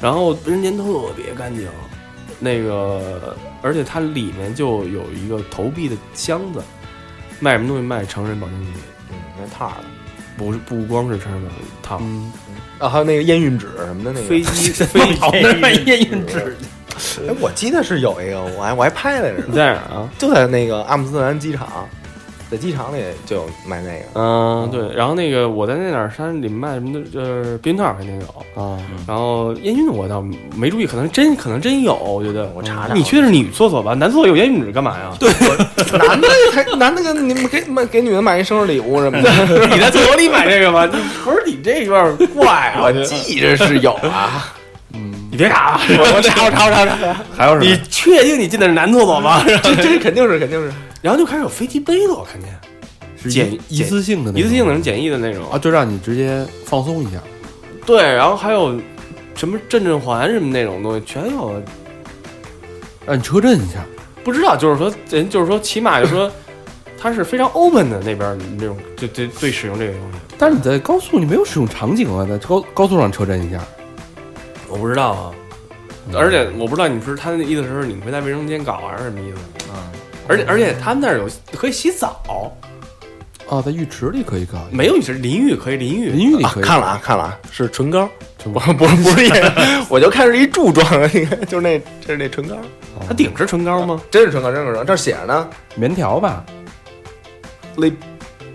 然后人间特别干净，那个而且它里面就有一个投币的箱子，卖什么东西卖成人保健品，嗯那套的不是不光是成人保健品，它嗯，啊，还有那个烟运纸什么的那个 飞机飞机，夜运纸，哎，我记得是有一个，我还我还拍来着你呢，在哪儿啊？就在那个阿姆斯特丹机场，在机场里就有卖那个。嗯，对，然后那个我在那哪儿山里卖什么的，呃，避孕套肯定有，啊，然后烟熏我倒没注意，可能真可能真有，我觉得我查查嗯你去的是女厕所吧？男厕所有烟熏纸干嘛呀？对， 男的才男的跟你们给买给女的买一生日礼物什么的， 你在厕所里买这个吗？你不是你这有点怪啊！我记着是有 啊。 你别卡啊，我查我查我查我 查，还有你什么？确定你进的是男厕所吗？ 这这肯定是肯定是，然后就开始有飞机杯了，我看见是简一一次性的那种，一次性的、很简易的那种啊，就让你直接放松一下。对，然后还有什么震震环什么那种东西全有，啊让你车震一下，不知道就是说人就是说起码就是说 它是非常 open 的那边儿那种，就对对使用这个东西。但是你在高速你没有使用场景啊，在高高速上车震一下，我不知道啊，嗯而且我不知道你不是他那意思是你们会在卫生间搞啊还是什么意思？嗯，而且而且他们那儿有可以洗澡，啊，在浴池里可以搞，没有浴室淋浴可以淋浴，淋浴里啊可以。看了啊看了啊，是唇膏，唇不是不是不是也， 我就看是一柱状 的那个，就是那这是那唇膏，它顶是唇膏吗？真是唇膏，真是唇膏，这儿写着呢棉条吧， ，lip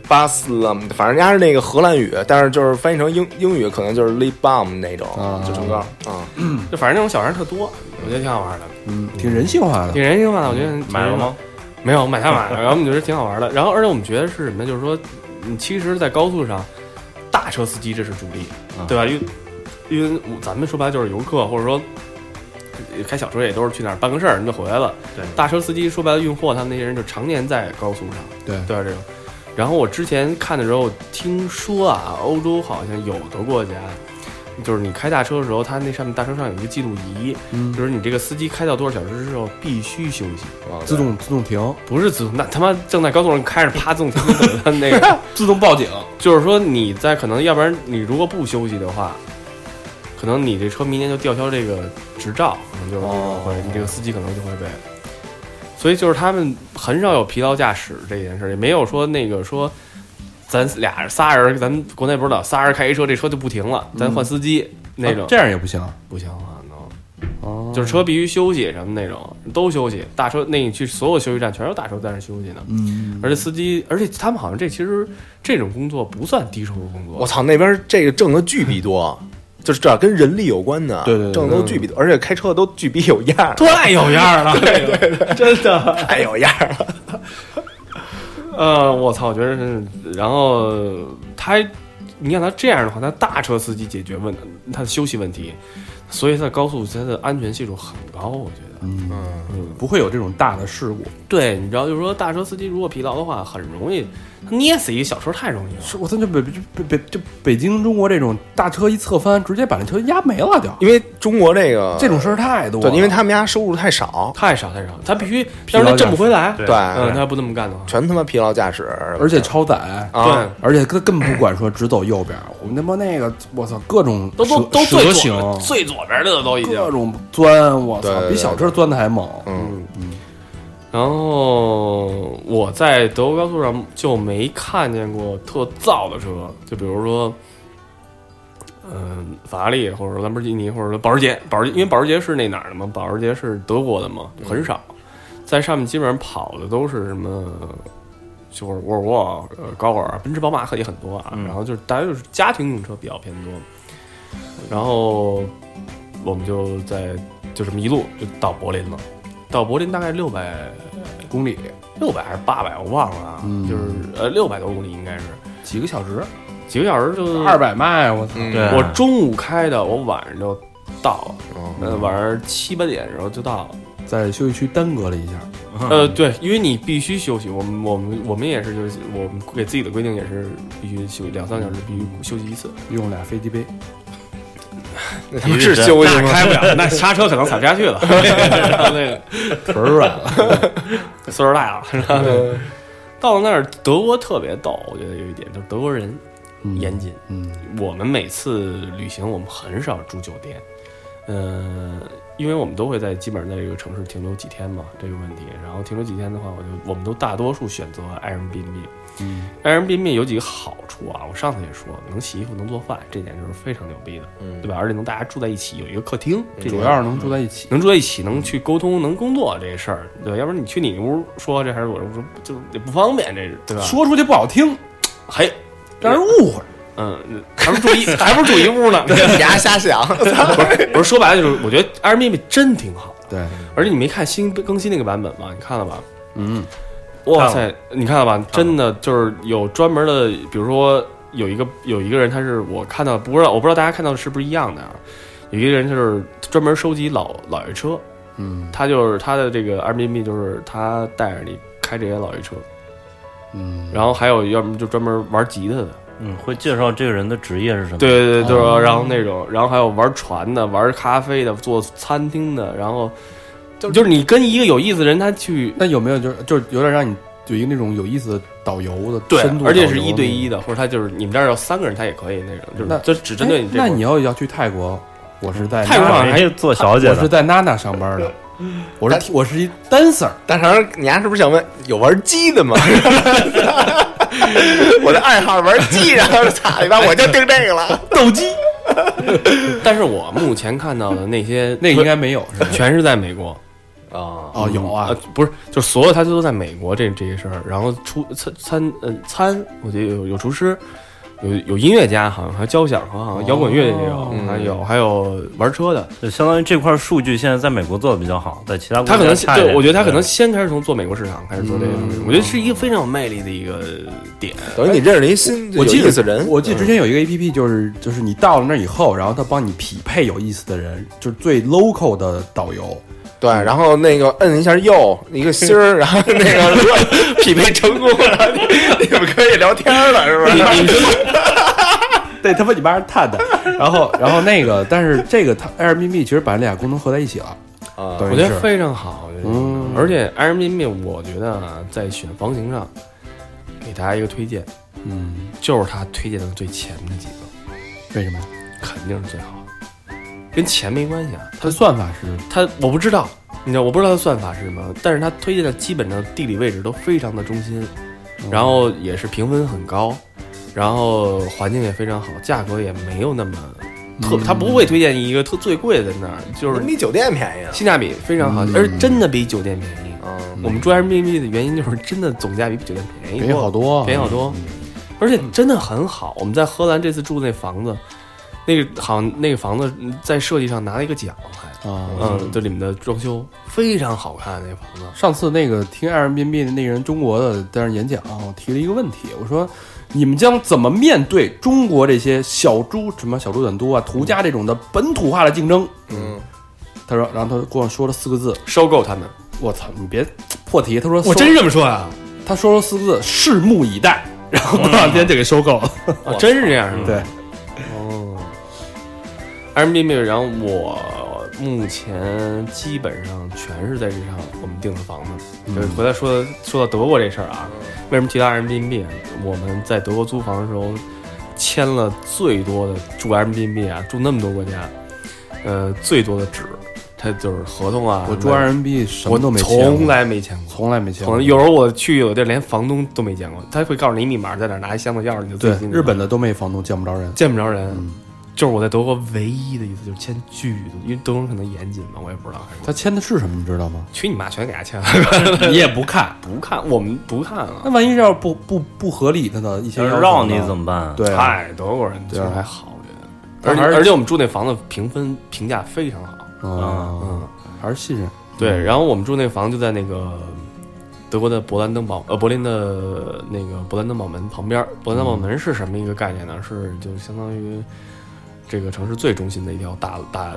balm，反正人家是那个荷兰语，但是就是翻译成英英语可能就是 lip balm 那种，啊就唇膏啊。就反正那种小玩意儿特多，我觉得挺好玩的，嗯，挺人性化的挺人性化的，我觉得买了吗？没有买它买了，然后我们觉得挺好玩的。然后而且我们觉得是什么呢？就是说，嗯，其实，在高速上，大车司机这是主力，对吧？因为因为我咱们说白了就是游客，或者说呃开小车也都是去那儿办个事儿，人就回来了。对大车司机说白了，运货他们那些人就常年在高速上。对对啊，这种。然后我之前看的时候听说啊，欧洲好像有的国家，就是你开大车的时候，它那上面大车上有一个记录仪，嗯，就是你这个司机开到多少小时之后必须休息，哦自动自动停，不是自动，那他妈正在高速上开着，啪自动停止了那个，自动报警，就是说你在可能，要不然你如果不休息的话，可能你这车明年就吊销这个执照，可能就是这种会，你这个司机可能就会被。所以就是他们很少有疲劳驾驶这件事儿，也没有说那个说，咱俩仨人，咱们国内不知道，仨人开一车，这车就不停了，咱换司机、那种，啊这样也不行。不行啊，no。哦就是车必须休息什么那种，都休息。大车那你去所有休息站，全是大车在那休息呢。嗯，而且司机，而且他们好像这其实这种工作不算低收入工作。我操，那边这个挣的巨比多，就是这跟人力有关的，对对对挣的都巨比多，而且开车都巨比有样儿，太有样了，对对对，真的，太有样儿了。呃，我操，我觉得是。然后他，你看他这样的话，他大车司机解决问他的休息问题，所以他的高速他的安全系数很高，我觉得。嗯不会有这种大的事故。对，你知道，就是说大车司机如果疲劳的话，很容易他捏死一个小车，太容易了。是我操，就北就北北就北京中国这种大车一侧翻，直接把那车压没了就，因为中国这个这种事儿太多了。啊对，因为他们家收入太少，太少太少，他必须，疲要劳不然他驾驶挣不回来。对对，嗯，他要不那么干的话，全他妈疲劳驾驶，而且超载，啊，对而且他根本不管说只走右边，我们他妈那个我操，各种都都蛇都最蛇左边形，最左边的都已经。各种钻，我对操，对比小车钻的还猛。嗯，然后我在德国高速上就没看见过特造的车，就比如说，嗯、法拉利或者兰博基尼或者说保时捷，保时捷因为保时捷是那哪儿的嘛，保时捷是德国的嘛，很少，在上面基本上跑的都是什么。就是沃尔沃、呃高尔、奔驰、宝马也很多啊，然后就是大家就是家庭用车比较偏多，然后我们就在就这么一路就到柏林了，到柏林大概六百公里六百还是八百，我忘了啊，嗯就是呃六百多公里应该是几个小时，几个小时就二。百迈，我操，嗯对我中午开的，我晚上就到了，嗯呃晚上七八点的时候就到了。在休息区耽搁了一下，呃，对，因为你必须休息，我们我们我们也是，就是我们给自己的规定也是必须休息两三个小时，必须休息一次。用俩飞机杯。那他们是休息那吗？ 开不了，那刹车可能踩不下去了，那个腿儿软了，岁数大了。是吧到了那儿，德国特别逗，我觉得有一点就是德国人严谨。嗯，我们每次旅行，我们很少住酒店，嗯、因为我们都会在基本上在这个城市停留几天嘛，这个问题。然后停留几天的话，我就我们都大多数选择 Airbnb。嗯，Airbnb 有几个好处啊，我上次也说，能洗衣服，能做饭，这点就是非常牛逼的，嗯对吧？而且能大家住在一起，有一个客厅，这嗯主点要是能住在一起。能住在一起，能去沟通，能工作这事儿，对吧？要不然你去你屋说这还是我这屋说，就也不方便，这是对吧？说出去不好听，嘿，让人误会。嗯，还不如住一，还不如住一屋呢。你丫瞎想，不是说白了就是，我觉得 Airbnb 真挺好，对，而且你没看新更新那个版本吗？你看了吧？嗯，哇塞，你看了吧？真的就是有专门的，比如说有一个有一个人，他是我看到不知道，我不知道大家看到的是不是一样的啊？有一个人就是专门收集老老爷车，嗯他就是他的这个 Airbnb 就是他带着你开这些老爷车，嗯，然后还有要么就专门玩吉他的，嗯，会介绍这个人的职业是什么？对，对对，就是然后那种，然后还有玩船的、玩咖啡的、做餐厅的，然后就是你跟一个有意思的人，他去那有没有就是就是有点让你有一个那种有意思的导游的深度，而且是一对一。的，或者他就是你们这儿有三个人，他也可以那种，就是那哎就只针对你这那种。你要要去泰国，我是在泰国好像还还有哎做小姐我是的，在娜娜上班 的，我是我是一 dancer，大肠，你丫是不是想问有玩鸡的吗？ 我的爱好是玩鸡，然后操你妈，我就定这个了。但是我目前看到的那些那个应该没有是吧？全是在美国啊，哦，有啊呃，不是，就所有他都在美国这这些事儿，然后厨餐餐呃餐，我觉得有有厨师，有有音乐家，好像还有交响啊，好像摇滚乐也哦有，还嗯有还有玩车的。就相当于这块数据现在在美国做的比较好，在其他国家他可能差一对，点我觉得他可能先开始从做美国市场开始做这个东嗯西，我觉得是一个非常有魅力的一个 点。等于你认识了一新我记有意得思人，我记嗯得之前有一个 A P P，就是就是你到了那儿以后，然后他帮你匹配有意思的人，就是最 local 的导游。对，然后那个摁一下右一个心儿，然 后那个 匹配成功了，你们可以聊天了，是不 是？ 对他把你妈是探的，然后然后那个，但是这个它 Airbnb 其实把这俩功能合在一起了，啊等我于觉得是非常好，我觉得嗯而且 Airbnb 我觉得啊，在选房型上给大家一个推荐，嗯，就是他推荐的最前面的几个，为什么呀？肯定是最好的，跟钱没关系啊。它算法是他我不知道，你知道我不知道他算法是什么，但是他推荐的基本上地理位置都非常的中心，嗯然后也是评分很高，然后环境也非常好，价格也没有那么嗯特，他不会推荐一个特最贵的那儿，就是比酒店便宜啊性价比非常好，嗯而且真的比酒店便宜。啊嗯我们住 Airbnb 的原因就是真的总价比酒店便宜，便宜好，多，啊便宜好多，而且真的很好。我们在荷兰这次住的那房子，那个好像那个房子在设计上拿了一个奖，还啊。嗯，这里面的装修非常好看，那个房子上次那个听 Airbnb 的那个人中国的在那儿演讲，我提了一个问题，我说你们将怎么面对中国这些小猪什么小猪短租啊、途家这种的本土化的竞争？嗯，他说，然后他跟我说了四个字，收购他们，我操，你别破题。他说，我真是这么啊说呀，他说了四个字，拭目以待。然后过两天就给收购了。啊，真是这样是吧？对，哦，Airbnb，然后我目前基本上全是在这上我们订的房嗯子。就是回来说说到德国这事儿啊，为什么提到 Airbnb？我们在德国租房的时候签了最多的住 Airbnb 啊，住那么多国家，呃，最多的纸，它就是合同啊。我住 Airbnb 什么都没签过，从来没签过。从来没签可过。能有时候我去有的地儿连房东都没见过，他会告诉你密码，在哪儿拿一箱子钥匙你就自对己进去日本的都没房东见不着人。见不着人，就是我在德国唯一的一次就是签巨多，因为德国人可能严谨嘛，我也不知道还是什么。？他签的是什么，你知道吗去你妈，全给他签了， 你也不看，不看我们不看了那。万一要是不不不合理的呢？一些要是要让求呢你怎么办啊？对啊，嗨，德国人其实对啊还好，我觉得。但而且还是而且我们住那房子评分评价非常好，嗯，嗯，还是信任。对。然后我们住那房就在那个德国的勃兰登堡呃柏林的那个勃兰登堡门旁边儿。勃兰登堡门是什么一个概念呢？是就相当于这个城市最中心的一条大大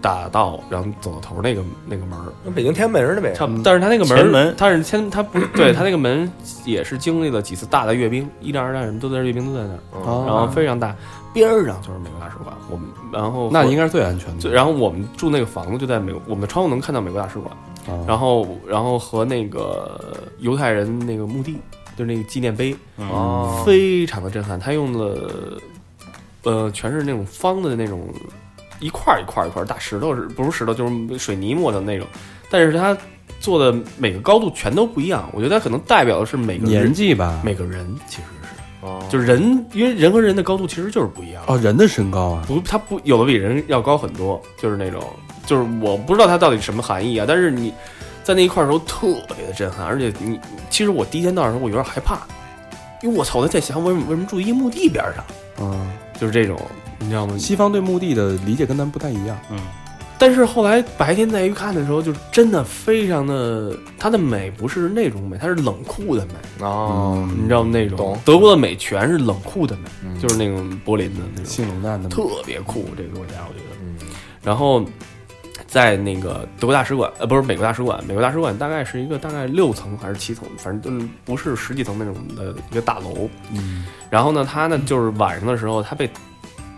大道，然后走到头儿那个那个门儿。跟北京天安门似哎的呗。差不多，但是他那个前门，门他是先，他不是 对他那个门也是经历了几次大的阅兵，一战、二战什么都在阅兵都在那儿，嗯哦然后非常大，边儿上就是美国大使馆，我们然后那应该是最安全的。啊最然后我们住那个房子就在美国，我们的窗户能看到美国大使馆，啊然后然后和那个犹太人那个墓地，就是那个纪念碑，哦非常的震撼，他用了呃全是那种方的那种一块儿一块儿一块儿大石头是不是石头就是水泥磨的那种，但是他做的每个高度全都不一样，我觉得他可能代表的是每个年人纪吧，每个人其实是哦就是人，因为人和人的高度其实就是不一样，哦，人的身高啊，不他不有的比人要高很多，就是那种就是我不知道它到底什么含义啊，但是你在那一块儿的时候特别的震撼，而且你其实我第一天到的时候我有点害怕，因为我操我在想为什么为什么住一墓地边儿上。嗯，就是这种，你知道吗？西方对墓地的理解跟咱们不太一样。但是后来白天再一看的时候，就真的非常的，它的美不是那种美，它是冷酷的美，哦，嗯你知道吗？那种懂德国的美全是冷酷的美，嗯就是那种柏林的那种，性冷淡的嘛，特别酷这个国家，我觉得。嗯然后在那个德国大使馆，呃，不是美国大使馆，美国大使馆大概是一个大概六层还是七层，反正就是不是十几层那种的一个大楼。嗯，然后呢，它呢就是晚上的时候，它被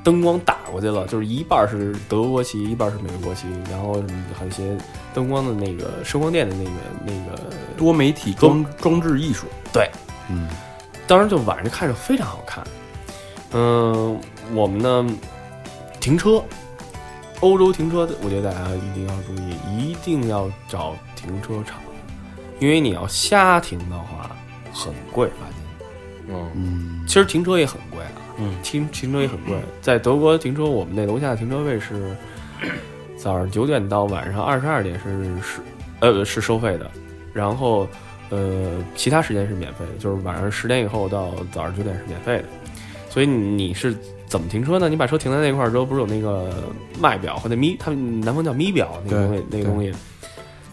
灯光打过去了，就是一半是德国国旗，一半是美国国旗，然后什么还有一些灯光的那个声光电的那个那个。多媒体装装置艺术。对，嗯，当然，就晚上就看着非常好看。嗯、我们呢停车，欧洲停车，我觉得大家一定要注意，一定要找停车场，因为你要瞎停的话很贵罚金。嗯，其实停车也很贵啊，嗯，停停车也很贵。在德国停车，我们那楼下停车位是早上九点到晚上二十二点是是呃是收费的，然后呃其他时间是免费的，就是晚上十点以后到早上九点是免费的。所以你是怎么停车呢？你把车停在那块儿之后，不是有那个迈表或者咪，他们南方叫咪表那个东西，那对个东西。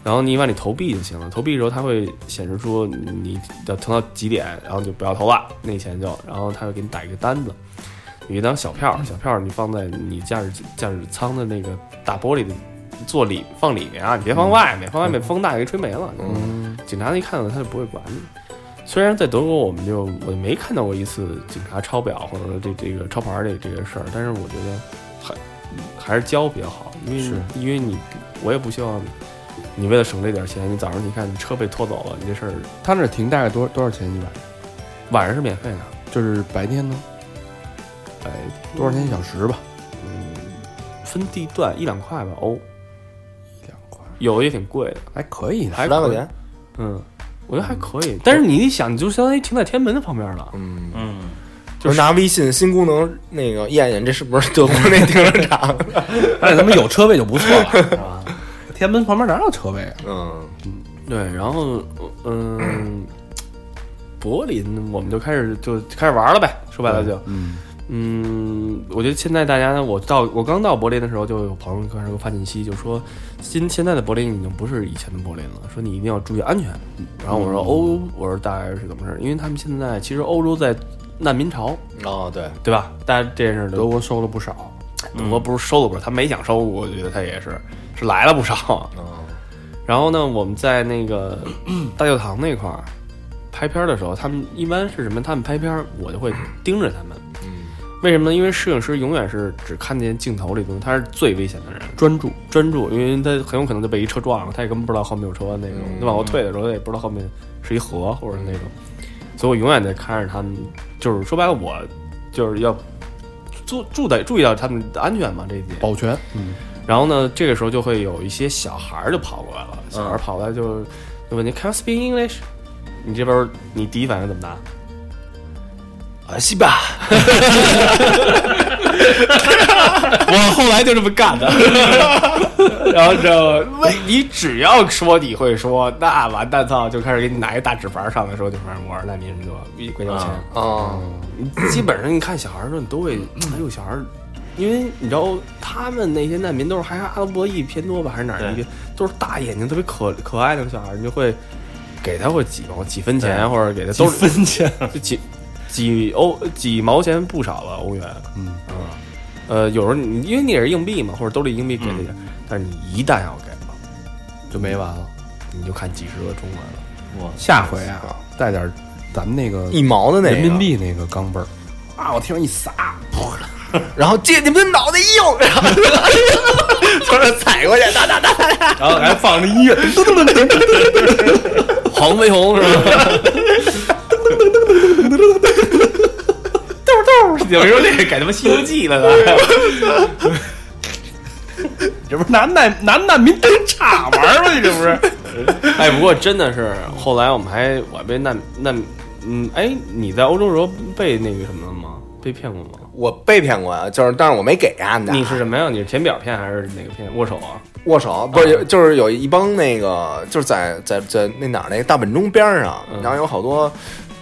然后你往里投币就行了，投币的时候它会显示出你要投到几点，然后就不要投了，那钱就，然后它会给你打一个单子，有一张小票儿，小票儿你放在你驾驶驾驶舱的那个大玻璃的座里放里面啊，你别嗯放外面，放外面风大给吹没了。嗯，警察一看到他就不会管你。虽然在德国，我们就我没看到过一次警察抄表或者说这这个抄牌儿这这个事儿，但是我觉得还还是教比较好，因为是因为你我也不希望你为了省这点钱，你早上你看你车被拖走了，你这事儿他那停大概多多少钱一晚？晚上是免费的，就是白天呢？哎，多少钱一小时吧？分地段一两块吧，哦欧、两块，有的也挺贵的，还可以呢。还十来可块以钱，嗯，我觉得还可以。但是你一想，你就相当于停在天安门旁边了。嗯，嗯，就是拿微信新功能那个验验，这是不是德国那停车 场？哎，他们有车位就不错了。是吧天安门旁边哪有车位啊？嗯，对，然后嗯，柏林我们就开始就开始玩了呗，说白了就嗯，嗯，我觉得现在大家呢，我到我刚到柏林的时候，就有朋友开始给我发信息，就说现现在的柏林已经不是以前的柏林了，说你一定要注意安全。嗯然后我说欧，我说大概是怎么回事？因为他们现在其实欧洲在难民潮，哦对，对吧？大家这件事儿都德国收了不少。德国不是收了不少，他没想收，我觉得他也是是来了不少。嗯，然后呢，我们在那个大教堂那块儿拍片儿的时候，他们一般是什么？他们拍片儿，我就会盯着他们。嗯为什么呢？因为摄影师永远是只看见镜头里东西，他是最危险的人，专注，专注，因为他很有可能就被一车撞了，他也根本不知道后面有车啊那种。嗯他往后退的时候，他也不知道后面是一河或者那种。所以我永远在看着他们，就是说白了，我就是要注注在注意到他们的安全嘛，这一点。保全。嗯，然后呢，这个时候就会有一些小孩儿就跑过来了，小孩儿跑过来就就问你 Can you speak English？你这边儿你第一反应怎么答？啊西吧，我后来就这么干的， 然后知道吗？喂你只要说你会说，那完蛋操，就开始给你拿一大纸牌儿上来说，就反正我是难民什么的，归要钱。哦，基本上你看小孩儿说，你都会，嗯哎呦小孩儿，因为你知道他们那些难民都是还是阿拉伯裔偏多吧，还是哪儿对一个，都是大眼睛特别可可爱那种小孩儿，你就会给他会几毛几分钱，或者给他都是分钱，就几几欧几毛钱不少了欧元，嗯呃，有时候你因为你也是硬币嘛，或者兜里硬币给他点儿，嗯但是你一旦要给了，就没完了。你就看几十个中文了。哇，下回啊，带点儿咱们那个一毛的那个人民，币那个钢镚儿啊，我天上一撒，然后借你们的脑袋用，然后 从这踩过去，哒哒哒，然后还放着 音乐，噔噔噔噔噔噔黄飞鸿是吧？豆豆，有时候这改他妈《西游记》了呢。这不是拿难拿难民当岔玩儿吗？你这不是？ 哎，不过真的是，后来我们还我还被难难，嗯，哎，你在欧洲的时候被那个什么了吗？被骗过吗？我被骗过呀，就是但是我没给啊，你是什么呀？你是填表骗还是哪个骗？握手 啊？握手，不是、有就是有一帮那个就是在在在那哪儿那个大本钟边儿上，嗯然后有好多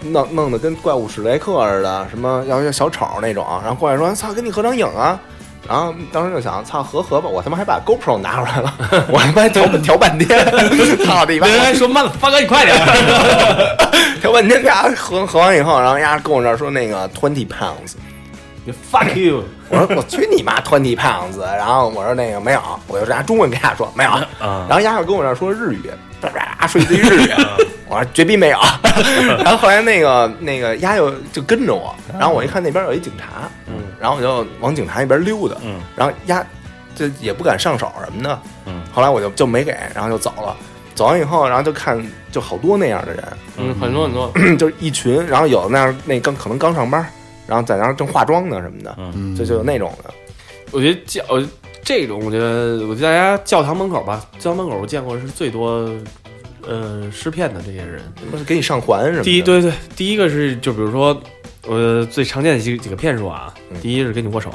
弄弄得跟怪物史莱克似的，什么要要小丑那种，然后过来说操，跟你合张影啊。然后当时就想，操合合吧，我他妈还把 GoPro 拿出来 了，我他妈还调调半天，操你妈！说慢了，发哥你快点。 调半天，俩合合完以后，然后丫跟我这儿说那个 twenty pounds， Fuck you！我说我去你妈 twenty pounds，然后我说那个没有，我就拿中文跟他说没有，嗯然后丫又跟我这儿说日语，叭叭叭说一堆日语，我说绝逼没有。嗯然后后来那个那个丫又就跟着我，然后我一看那边有一警察，嗯，然后我就往警察那边溜达，嗯，然后丫就也不敢上手什么的，嗯，后来我就就没给，然后就走了。走完以后，然后就看就好多那样的人， 嗯，很多很多。就是一群，然后有的那样那刚可能刚上班，然后在那儿正化妆呢什么的，嗯这就有那种的。我觉得教我觉得这种，我觉得我觉得大家教堂门口吧，教堂门口我见过是最多，呃，施骗的这些人。不是给你上环什么的？第一，对对，第一个是就比如说，呃，最常见的几几个骗术啊嗯，第一是跟你握手，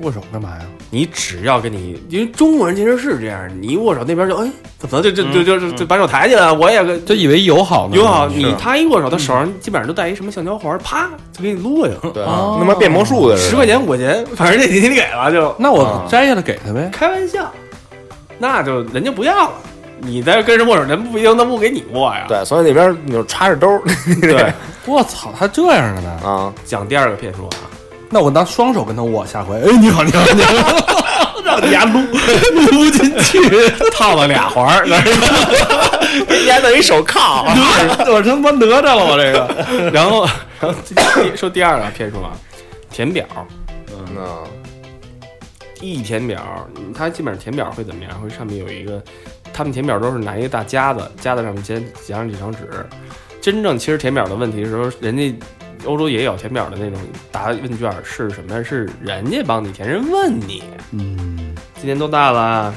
握手干嘛呀？你只要跟你，因为中国人其实是这样，你一握手那边就哎，怎么就就就就就就把手抬起来，我也跟就以为友好呢，友好。你他一握手，他手上基本上都带一什么橡胶环，啪就给你撸过去了，对，哦那么变魔术的似十的块钱五块钱，反正这你你给了就那我摘下来给他呗。开玩笑，那就人家不要了。你再跟人握手，人不一定，那不给你握呀。，对，所以那边你就插着兜儿，对 我操，他这样的呢？啊，讲第二个骗术啊，那我拿双手跟他握，下回哎，你好，你好，你好，让你家撸撸不进去， 套了俩环儿，你还弄一手铐， 我他妈哪吒了，我这个。然后然后第说第二个骗术啊，填表，嗯，一填表，它基本上填表会怎么样？会上面有一个，他们填表都是拿一个大夹子，夹子上面夹夹上几张纸。真正其实填表的问题是说，人家欧洲也有填表的那种答问卷是什么呀？是人家帮你填，人问你嗯，今年多大了，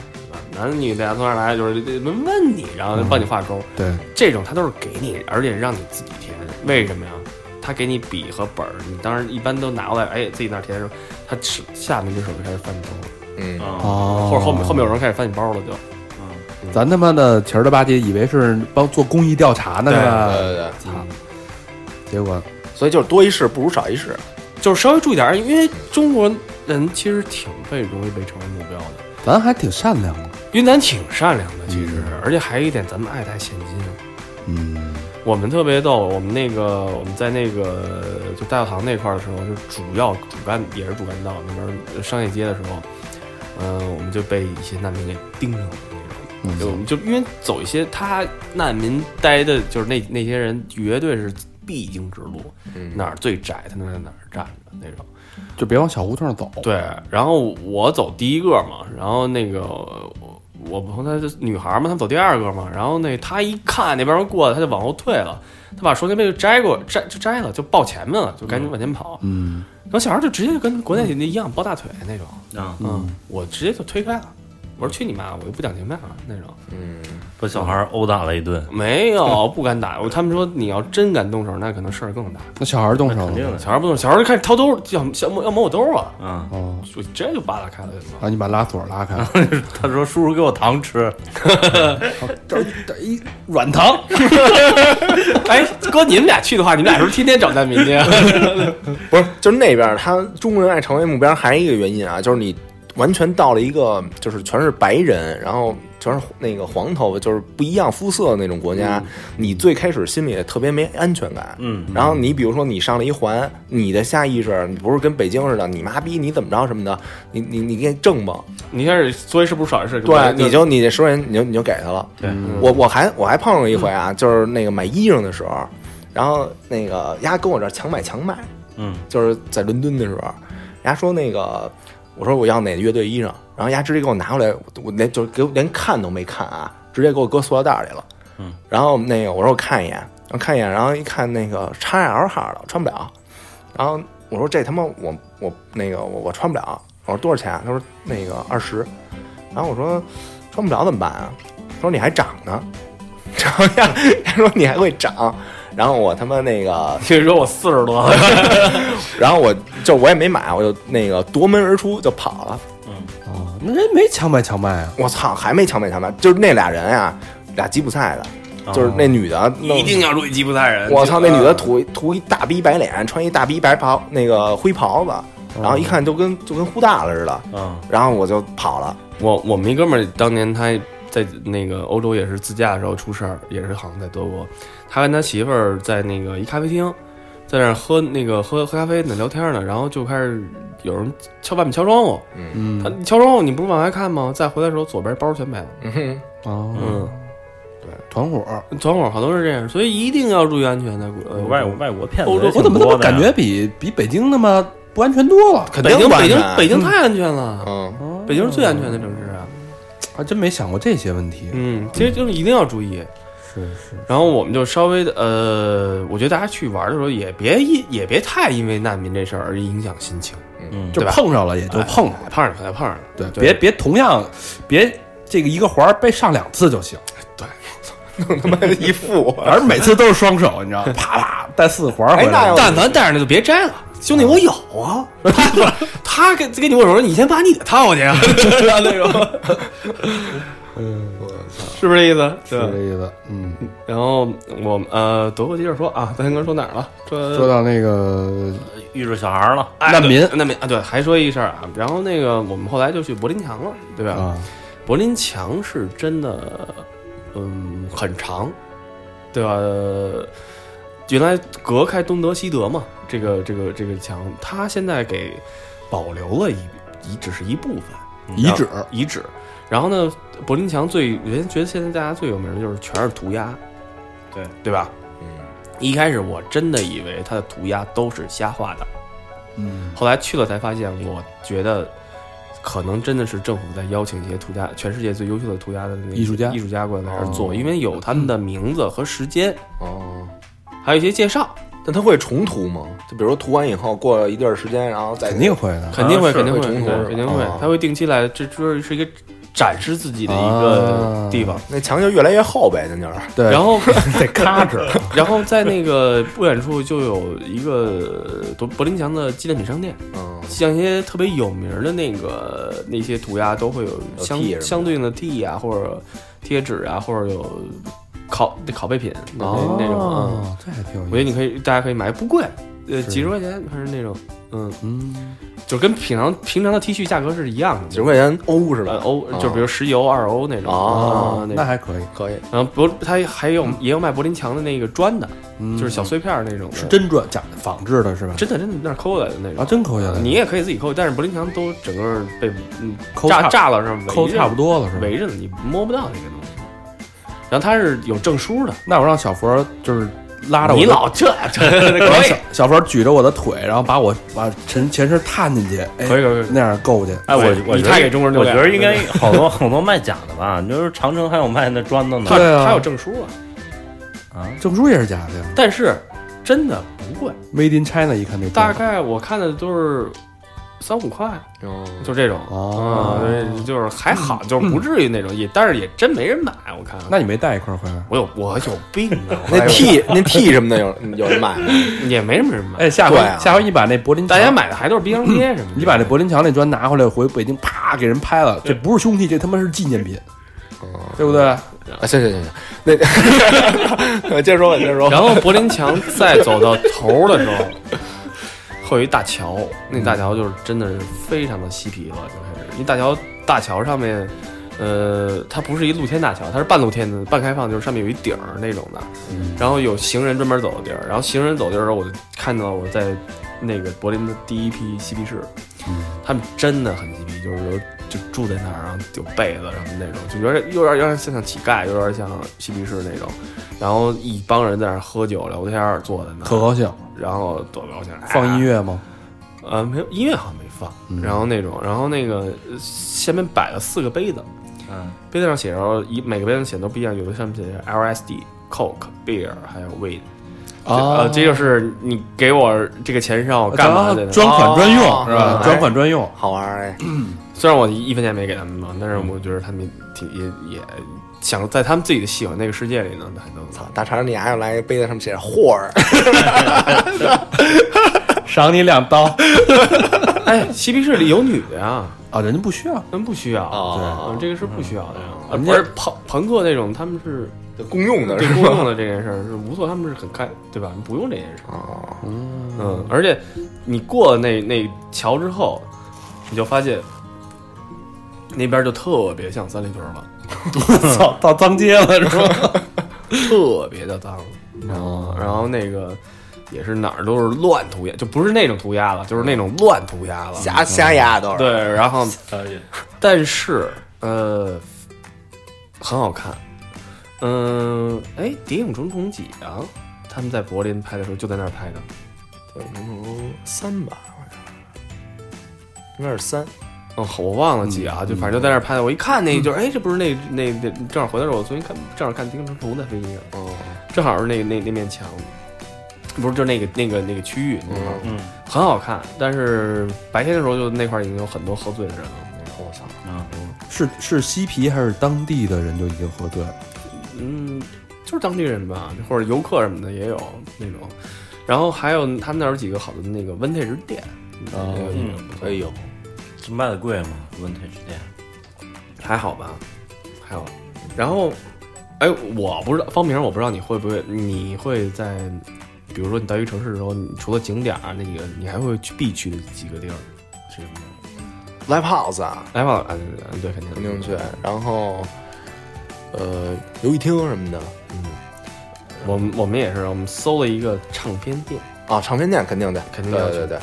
男女的呀，从哪儿来，就是问你，然后帮你画勾。对，这种他都是给你，而且让你自己填。为什么呀？他给你笔和本儿，你当然一般都拿过来，哎，自己那儿填的时候，他是下面这手就开始翻头。嗯，哦，或者后面后面有人开始翻你包了就，咱他妈的前儿的吧唧，以为是帮做公益调查呢，是对吧？对对，操，结果所以就是多一事不如少一事，就是稍微注意点儿，因为中国人嗯其实挺被容易被成为目标的。咱还挺善良的，云南挺善良的，其实，而且还有一点，咱们爱带现金。嗯，我们特别逗，我们那个我们在那个就大教堂那块儿的时候，就主要主干也是主干道那边儿商业街的时候，嗯、我们就被一些难民给盯上了那种，就嗯我们就因为走一些他难民待的，就是那那些人绝对是必经之路，嗯哪儿最窄他能在哪儿站着那种。就别往小胡同儿走。对，然后我走第一个嘛，然后那个我我朋友她是女孩嘛，她们走第二个嘛，然后那她一看那边人过来，她就往后退了，她把双肩背就摘过摘就摘了，就抱前面了，就赶紧往前跑。嗯，然后小孩就直接就跟国内那一样抱大腿那种，啊，嗯，我直接就推开了，我说去你妈，我又不讲情面了那种。嗯，把小孩殴打了一顿，没有，不敢打。我他们说你要真敢动手，那可能事儿更大。那小孩儿动手肯定了吗。的小孩不动手，小孩就开始掏兜，要要要摸我兜啊，啊。哦，我直接就扒拉开了就啊，你把拉锁拉开，他说：“叔叔给我糖吃。 这这一软糖， 哎，哥，你们俩去的话，你们俩是不是天天找难民去？啊不是，就是那边儿他中国人爱成为目标，还有一个原因啊，就是你完全到了一个就是全是白人，然后全是那个黄头发，就是不一样肤色的那种国家，你最开始心里也特别没安全感。嗯，然后你比如说你上了一环，你的下意识，你不是跟北京似的，你妈逼你怎么着什么的，你你你给正吧， 你开始作为是不是少一事？对，你就你这十块钱，你就你就给他了。对我我还我还碰上一回啊，就是那个买衣裳的时候，然后那个丫跟我这儿强买强卖，嗯，就是在伦敦的时候，丫说那个我说我要哪乐队衣裳，然后丫直接给我拿过来，我我连就是给我连看都没看啊，直接给我搁塑料袋里了。嗯，然后那个我说我看一眼，我看一眼，然后一看那个 XL 号的穿不了，然后我说这他妈我我那个我我穿不了，我说多少钱啊？他说那个二十，然后我说穿不了怎么办啊？他说你还长呢， 然后呀，他说你还会长，然后我他妈那个，听说我四十多，然后我就我也没买，我就那个夺门而出就跑了。哦，那人没强买强卖啊，我操，还没强买强卖，就是那俩人呀，俩吉普赛的，就是那女的弄一定要注意吉普赛人。我操，那女啊的涂涂一大逼白脸，穿一大逼白袍那个灰袍子，然后一看就跟就跟呼大了似的，啊，然后我就跑了。我我们一哥们儿当年他在那个欧洲也是自驾的时候出事儿，也是好像在德国，他跟他媳妇儿在那个一咖啡厅，在那儿喝那个喝喝咖啡呢聊天呢，然后就开始有人敲外面敲窗户，他嗯，敲窗户你不是往外看吗？再回来的时候左边包全没了，嗯哼，哦，嗯，团伙儿，团伙好多是这样，所以一定要注意安全在呃外外国骗子欧洲也我挺怎么他多妈的呀感觉比比北京他妈不安全多了？肯北京不安北京全北京太安全了，嗯，哦北京是最安全的城市啊。还真没想过这些问题。嗯，其实就是一定要注意。是是，然后我们就稍微的呃，我觉得大家去玩的时候也别因也别太因为难民这事儿而影响心情，嗯，就对吧碰上了也就碰上哎了，碰上了，碰上了。对，对别别同样，别这个一个环儿被上两次就行，他妈一副。反正每次都是双手，你知道吗，啪啪带四个环儿哎回那来要。但凡带上那就别摘了，兄嗯弟，我有啊。 他不是他跟跟你握手说，你先把你的套去 啊，就是那种， 我操，是不是这意思？嗯是这对。意思。嗯，然后我们呃，德国接着说啊，咱刚才说哪儿了？说说到那个遇着小孩了，哎难民对难民啊，对，还说一事儿啊。然后那个我们后来就去柏林墙了，对吧？啊，柏林墙是真的，嗯，很长，对吧？呃原来隔开东德西德嘛，这个这个这个墙，它现在给嗯保留了一一只是一部分遗址遗址。然后呢，柏林墙最人家觉得现在大家最有名的就是全是涂鸦，对对吧？嗯，一开始我真的以为它的涂鸦都是瞎画的，嗯，后来去了才发现，我觉得可能真的是政府在邀请一些涂鸦，全世界最优秀的涂鸦的那个艺术家艺术家过来在这儿哦做，因为有他们的名字和时间，哦，还有一些介绍，但它会重涂吗？就比如说涂完以后，过了一段时间，然后再肯定会的。肯定会，是肯定会，会重复对是吧肯定会哦，他会定期来，这这是一个展示自己的一个啊地方。那墙就越来越厚呗，那就是对，然后， 得咔哧， 然后在那个不远处就有一个柏柏林墙的纪念品商店，嗯，像一些特别有名儿的那个那些涂鸦，都会有有相 T 什么的相对应的 T 啊，或者贴纸啊，或者有烤烤备品那、哦，那种啊。这还挺有意思。我觉得你可以，大家可以买，不贵，呃，是几十块钱还是那种，嗯，嗯，就跟平常平常的 T 恤价格是一样的，几十块钱欧是呃吧？欧，就比如十一欧、二欧那种哦啊那那种。还嗯可以，可以，然后柏，它还有也有卖柏林墙的那个砖的，嗯就是小碎片儿那种的，是真砖假仿制的是吧？真的真的那儿抠下来的那种啊，真抠下来，你也可以自己抠，但是柏林墙都整个被嗯抠炸差炸了上面，抠差不多了是吧？围着呢，你摸不到那个东西。然后它是有证书的，那我让小佛就是拉着我的你老哎这 这我让可以小小佛举着我的腿，然后把我把全前身探进去，哎，可以可以可以那样够去。哎，我对我你觉得太给中国人留我觉脸得了应该好 多好多卖假的吧，你就是长城还有卖那砖的呢它对啊它有证书啊，啊，证书也是假的呀但是真的不贵， ，Made in China 一看那大标概我看的都是三五块， 嗯，就这种哦啊，对就是还好，就是不至于那种，也但是也真没人买，我看那你没带一块回来？我有我有病啊，我那 T 那 T 什么的有有人买吗？ 也没什么人买，哎，下回、对啊下回你把那柏林大墙家，买的还都是冰箱贴什么的，你把那柏林墙那砖拿回来，回北京啪给人拍了，这不是凶器，这他妈是纪念品，哦对不对？啊，行行行行，那 接着说吧，接着说吧。然后柏林墙再走到头儿的时候，会有一大桥，那大桥就是真的是非常的嬉皮了，就开始。因大桥大桥上面，呃，它不是一露天大桥，它是半露天的、半开放，就是上面有一顶儿那种的，然后有行人专门走的地儿。然后行人走地儿的时候，我就看到我在那个柏林的第一批嬉皮士，嗯他们真的很嬉皮，就是有就住在那儿，然后有被子什么那种，就有点 有点有点像像乞丐，有点像嬉皮士那种。然后一帮人在那儿喝酒聊天儿，坐在那儿可高兴，然后多高兴，放音乐，乐吗？哎呃，没有音乐好像没放嗯。然后那种，然后那个呃下面摆了四个杯子，嗯，杯子上写着一每个杯子写的都不一样，有的上面写着 LSD、Coke、Beer 还有 Weed。这呃，这就是你给我这个钱是让我干嘛的呢？啊专款专用、哦是吧？哎专款专用，好玩儿哎，虽然我一分钱没给他们嘛，但是我觉得他们挺也也想在他们自己的喜欢那个世界 里呢，还能操，大肠你还要来一杯子上面写着霍儿，赏你两刀哎，嬉皮士里有女的呀，啊！人家不需要，他们不需要哦嗯这个是不需要的呀。啊人不家是朋朋克那种，他们是就公用的对是公吧？用的这件事儿是无所，他们是很开，对吧？不用这件事儿，哦，嗯，而且你过了那那桥之后，你就发现那边就特别像三里屯了，操，到脏街了是吧？特别的脏，然后然后那个。也是哪儿都是乱涂鸦，就不是那种涂鸦了，就是那种乱涂鸦了。瞎瞎压都是。对，然后但是呃，很好看。嗯、哎，《谍影重重》几啊？他们在柏林拍的时候就在那儿拍的。对，能有三吧，好像应该是三。哦，我忘了几啊，就反正就在那儿拍的。我一看那就是，哎，这不是那那那正好回来的时候，我昨天看正好看《谍影重重》在飞机上，哦，正好是那那那面墙，不是就那个那个那个区域，那块儿嗯，很好看。但是白天的时候就那块儿已经有很多喝醉的人了。我操！嗯是是嬉皮还是当地的人就已经喝醉了？嗯，就是当地人吧，或者游客什么的也有那种。然后还有他们那儿有几个好的那个 vintage 店，啊那个也不错哎呦，这卖的贵吗？Vintage 店还好吧，还好。然后，哎，我不知道方明，我不知道你会不会，你会在，比如说你到一个城市的时候，你除了景点儿那几个，你还会去必去的几个地儿是什么？ l i v e house 啊，来吧，啊对对，肯定肯定去。然后，呃，游戏厅什么的我们我们也是，我们搜了一个唱片店，啊，唱片店肯定的，肯定要去对对对。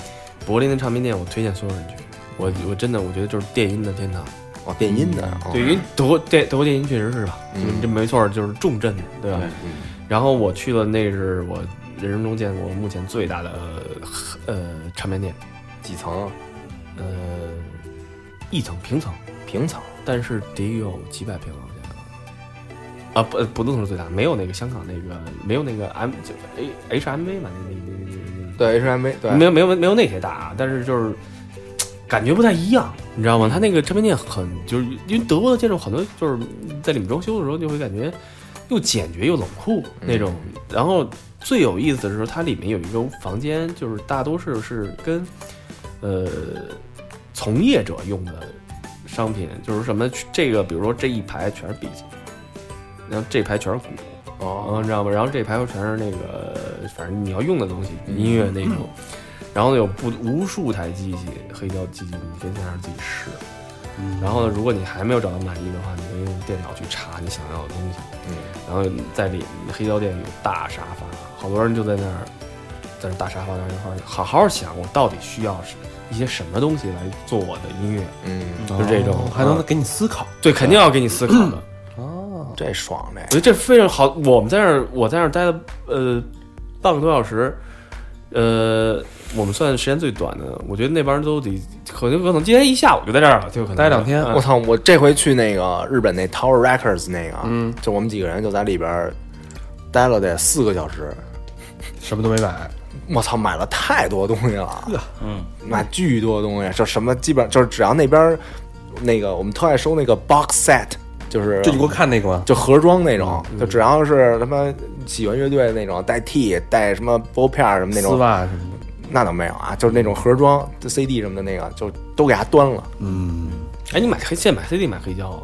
柏林的唱片店，我推荐所有人去。我我真的我觉得就是电音的天堂，哦，电音的，哦对，因为德国电德国电音确实是吧，嗯这没错，就是重镇，对吧？嗯然后我去了，那是我人生中见过目前最大的呃唱片店，几层？呃一层平层，平层。但是得有几百平，好像。啊不呃不能说最大，没有那个香港那个没有那个 M 就 A H M V 嘛，那那那那那那对，HMV，对，没有没有没有那些大啊，但是就是感觉不太一样，你知道吗？它那个唱片店很就是因为德国的建筑很多就是在里面装修的时候就会感觉又简洁又冷酷那种。然后最有意思的是它里面有一个房间，就是大多数是跟呃从业者用的商品，就是什么这个比如说这一排全是笔记，然后这排全是鼓。哦嗯，你知道吗？然后这排头全是那个，反正你要用的东西，音乐那种。然后有不无数台机器，黑胶机器，你可以在那儿自己试。然后呢，如果你还没有找到满意的话，你可以用电脑去查你想要的东西。嗯，然后在里黑胶店有大沙发，好多人就在那儿，在那大沙发那儿一块儿好好想，我到底需要是一些什么东西来做我的音乐，嗯，就这种哦还能给你思考对，肯定要给你思考的。哦，这爽我觉得这非常好。我们在那儿，我在那儿待了呃半个多小时，呃，我们算时间最短的。我觉得那帮人都得可能可能今天一下午就在这儿了，就可能待两天这！嗯我操！我这回去那个日本那 Tower Records 那个，嗯，就我们几个人就在里边儿待了得四个小时。什么都没买，我操，买了太多东西了，嗯，买巨多东西，就什么基本就是只要那边儿那个我们特爱收那个 box set，就是就你给我看那个吗？就盒装那种，就只要是他妈喜欢乐队那种，带 T 带什么拨片儿什么那丝种，袜什么的，那倒没有啊，就是那种盒装 CD 什么的那个，就都给他端了。嗯，哎，你买黑现在买 CD 买黑胶啊？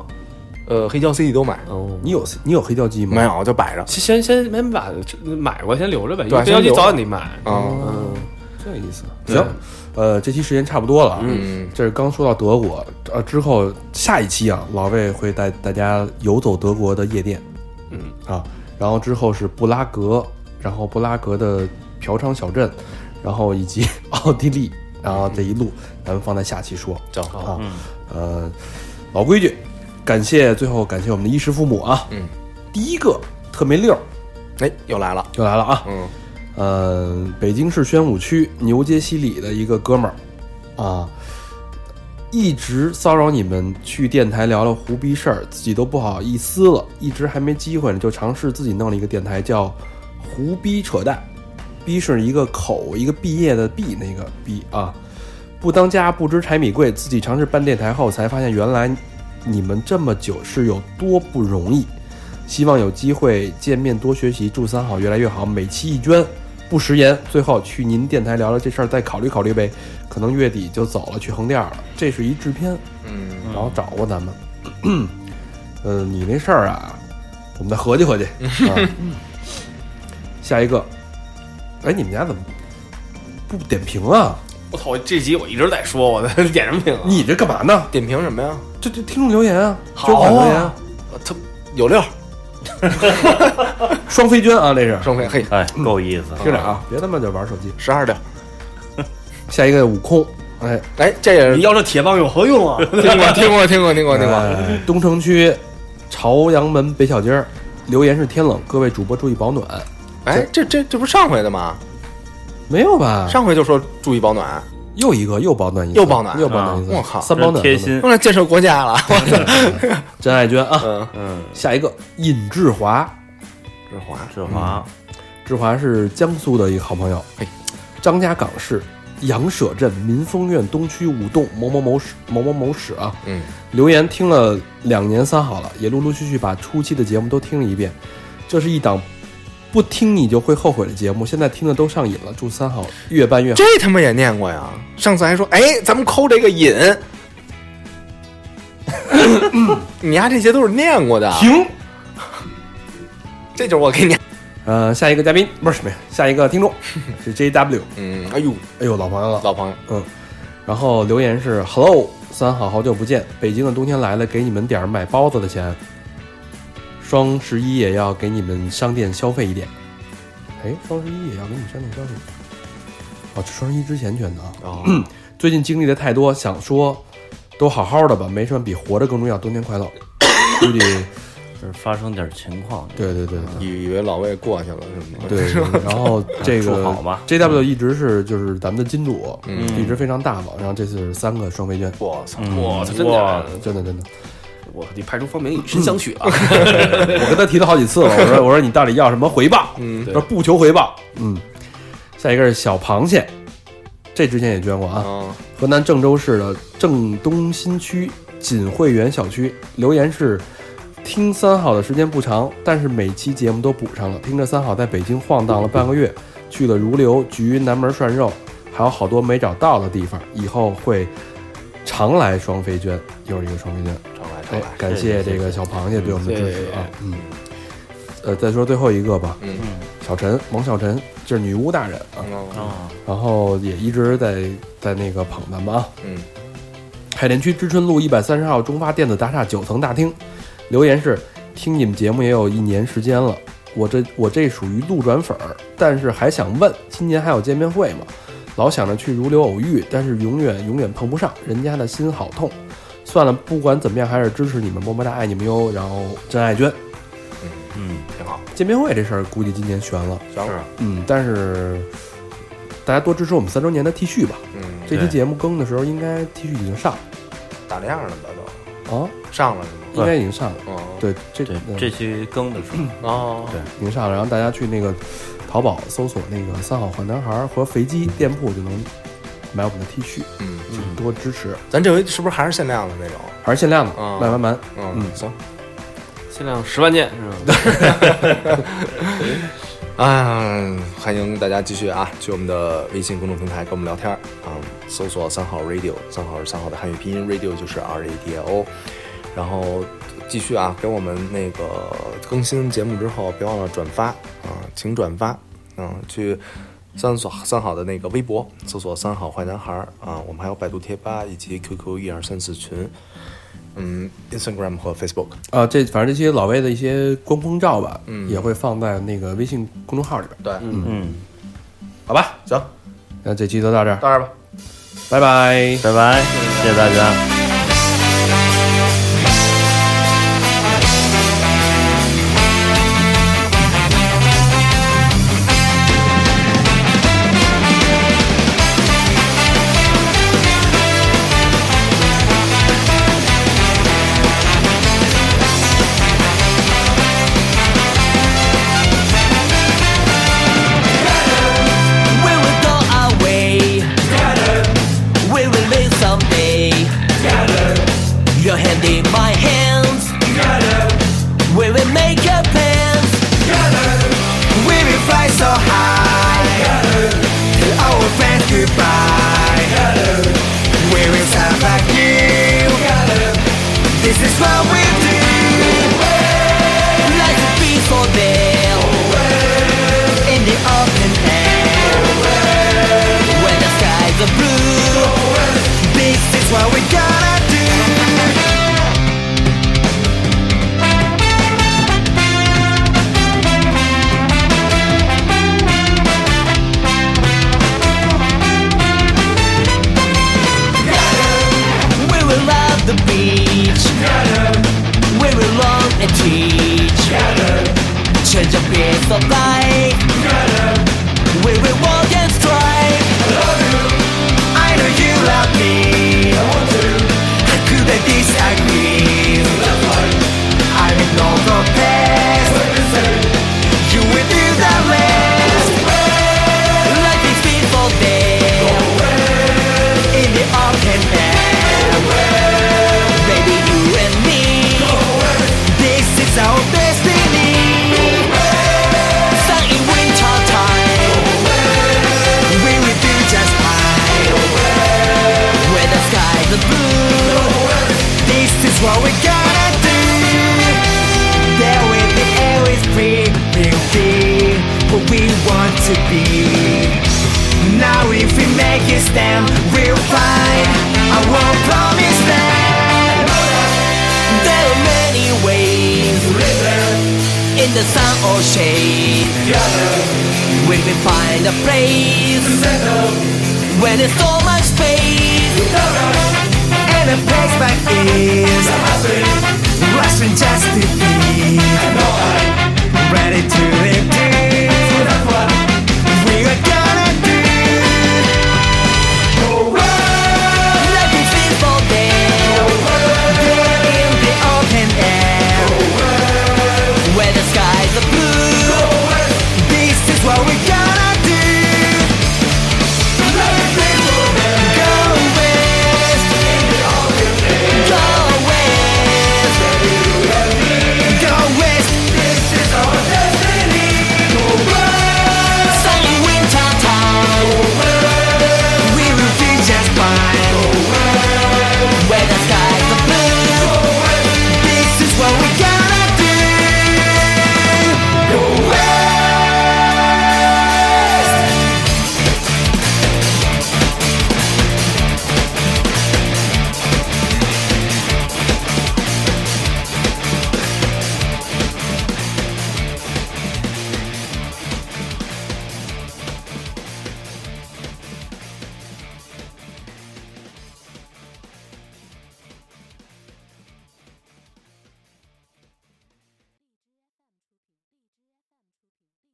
呃，黑胶 CD 都买，哦，你有你有黑胶机吗？没有就摆着。先先先先把买过来先留着呗，因对为黑胶先机留着早晚得买。嗯嗯，这意思。行，呃，这期时间差不多了。嗯，这是刚说到德国，呃，之后下一期啊，老魏会带大家游走德国的夜店，嗯啊，然后之后是布拉格，然后布拉格的嫖娼小镇，然后以及奥地利，然后这一路咱们放在下期说行啊，呃，老规矩，感谢最后感谢我们的衣食父母啊，嗯，第一个特没溜儿哎，又来了，就来了啊，嗯，呃，北京市宣武区牛街西里的一个哥们儿啊，一直骚扰你们去电台聊聊胡逼事儿，自己都不好意思了，一直还没机会呢，就尝试自己弄了一个电台叫“胡逼扯淡”，逼是一个口一个毕业的毕那个逼啊，不当家不知柴米贵，自己尝试办电台后才发现原来你们这么久是有多不容易。希望有机会见面多学习，祝三好越来越好，每期一捐，不食言。最后去您电台聊聊这事儿，再考虑考虑呗，可能月底就走了，去横店儿了。这是一制片，嗯，然后找过咱们。 呃，你那事儿啊，我们再合计 合计。啊、下一个，哎，你们家怎么不点评啊？我操，我这集我一直在说，我在 点什么名啊？你这干嘛呢？点评什么呀？这这听众留言啊，好捐款留啊言，呃特有料，双飞捐啊，这是。双飞嘿，哎，嗯够意思。听着啊，别他妈就玩手机。十二料。下一个悟空，哎，哎，这也是你要这铁棒有何用啊？ 听过，听过，听过，听过，听过。哎东城区朝阳门北小街儿，留言是天冷，各位主播注意保暖。哎，这啊这这不是上回的吗？没有吧？上回就说注意保 暖，又一个又保暖一次，又保暖又保暖一次，啊我靠三保暖，贴心用来建设国家 了。真爱娟啊！嗯，嗯，下一个尹志华，志华，嗯志华，志华是江苏的一个好朋友，哎，张家港市杨舍镇民丰苑东区五栋某某某室某某某室啊，嗯，留言听了两年三好了，也陆陆续续把初期的节目都听了一遍。这是一档不听你就会后悔的节目，现在听的都上瘾了。祝三好越办越好。这他妈也念过呀！上次还说，哎，咱们抠这个瘾， 你丫这些都是念过的，啊停。这就是我给你。呃，下一个嘉宾不是没有，下一个听众是 JW，嗯，哎呦，哎呦老朋友了。老朋友，嗯，然后留言是 Hello 三好，好久不见，北京的冬天来了，给你们点儿买包子的钱，双十一也要给你们商店消费一点。哎，双十一也要给你们商店消费一点。哦，这双十一之前捐的啊。哦，最近经历的太多，想说都好好的吧，没什么比活着更重要。冬天快乐，估计就是发生点情况，对对对以以为老魏过去了是吗？对，对。然后 这祝个嗯好吧 JW 一直是就是咱们的金主，嗯一直非常大方。然后这次是三个双飞捐，我操，我操，真嗯哇的，真的真的。我你派出方明以身相许啊！我跟他提了好几次了，我说我说你到底要什么回 报？嗯他说不求回报。嗯，下一个是小螃蟹，这之前也捐过啊。啊，河南郑州市的郑东新区锦汇园小区留言是：听三好的时间不长，但是每期节目都补上了。听着三好在北京晃荡了半个月，去了如流、局、南门涮肉，还有好多没找到的地方，以后会常来双飞捐，又是一个双飞捐。常来常哎来，，感谢这个小螃蟹对我们的支持啊，谢嗯，呃，再说最后一个吧，嗯，小陈，王小陈，就是女巫大人啊，嗯啊，然后也一直在在那个捧咱们啊，嗯，海淀区知春路一百三十号中发电子大厦九层大厅，留言是听你们节目也有一年时间了，我这我这属于路转粉儿，但是还想问，今年还有见面会吗？老想着去如流偶遇，但是永远永远碰不上，人家的心好痛。算了，不管怎么样，还是支持你们，么么哒，爱你们哟。然后真爱娟嗯，挺好，见面会这事儿估计今年悬了，行，嗯，但是大家多支持我们三周年的 T 恤吧。嗯，这期对节目更的时候，应该 T 恤已经上了打这样了吧都啊，上了是吗？应该已经上了。嗯，对，这哦对，嗯这期更的时 候， 哦，对，已经上了，然后大家去那个淘宝搜索那个“三好坏男孩儿”和“肥鸡”店铺就能买我们的 T 恤，嗯，请多支持，咱这回是不是还是限量的那种？还是限量的，啊卖完完。嗯嗯，行，限量十万件是吧？啊，欢迎大家继续啊，去我们的微信公众平台跟我们聊天儿啊，搜索三号 radio，三号是三号的汉语拼音，radio 就是 R A D I O，然后继续啊，给我们那个更新节目之后，别忘了转发啊，请转发，嗯、去三所三好的那个微博搜索三好坏男孩儿啊，我们还有百度贴吧以及 QQ 一二三四群，嗯，Instagram 和 Facebook，啊，这反正这些老魏的一些官方照吧，嗯也会放在那个微信公众号里边，对，嗯，好吧，行，那这期就到这儿，到这儿吧。拜拜。拜拜，谢谢大家。 We will go our way. We will live someday. Your hand in my hands. We will make a plan. We will fly so high. Tell our friends goodbye. We will sound like you. This is what we do. Life will be for them. In the open air. When the skies are blue, this is what we gotta do. We will love the beach. We will learn and teach. Change a piece of life. We will walk and strive. I know you love me. How could I disagree? I'm in all the past. You will do the rest. Life is beautiful day. In the open air. Baby, you and me. This is our destiny. Sun to be. Now if we make it stand, we'll find. I won't promise that. There are many ways. In the sun or shade. Will we find a place? When there's so much space. And a place like this. Rushing just to be.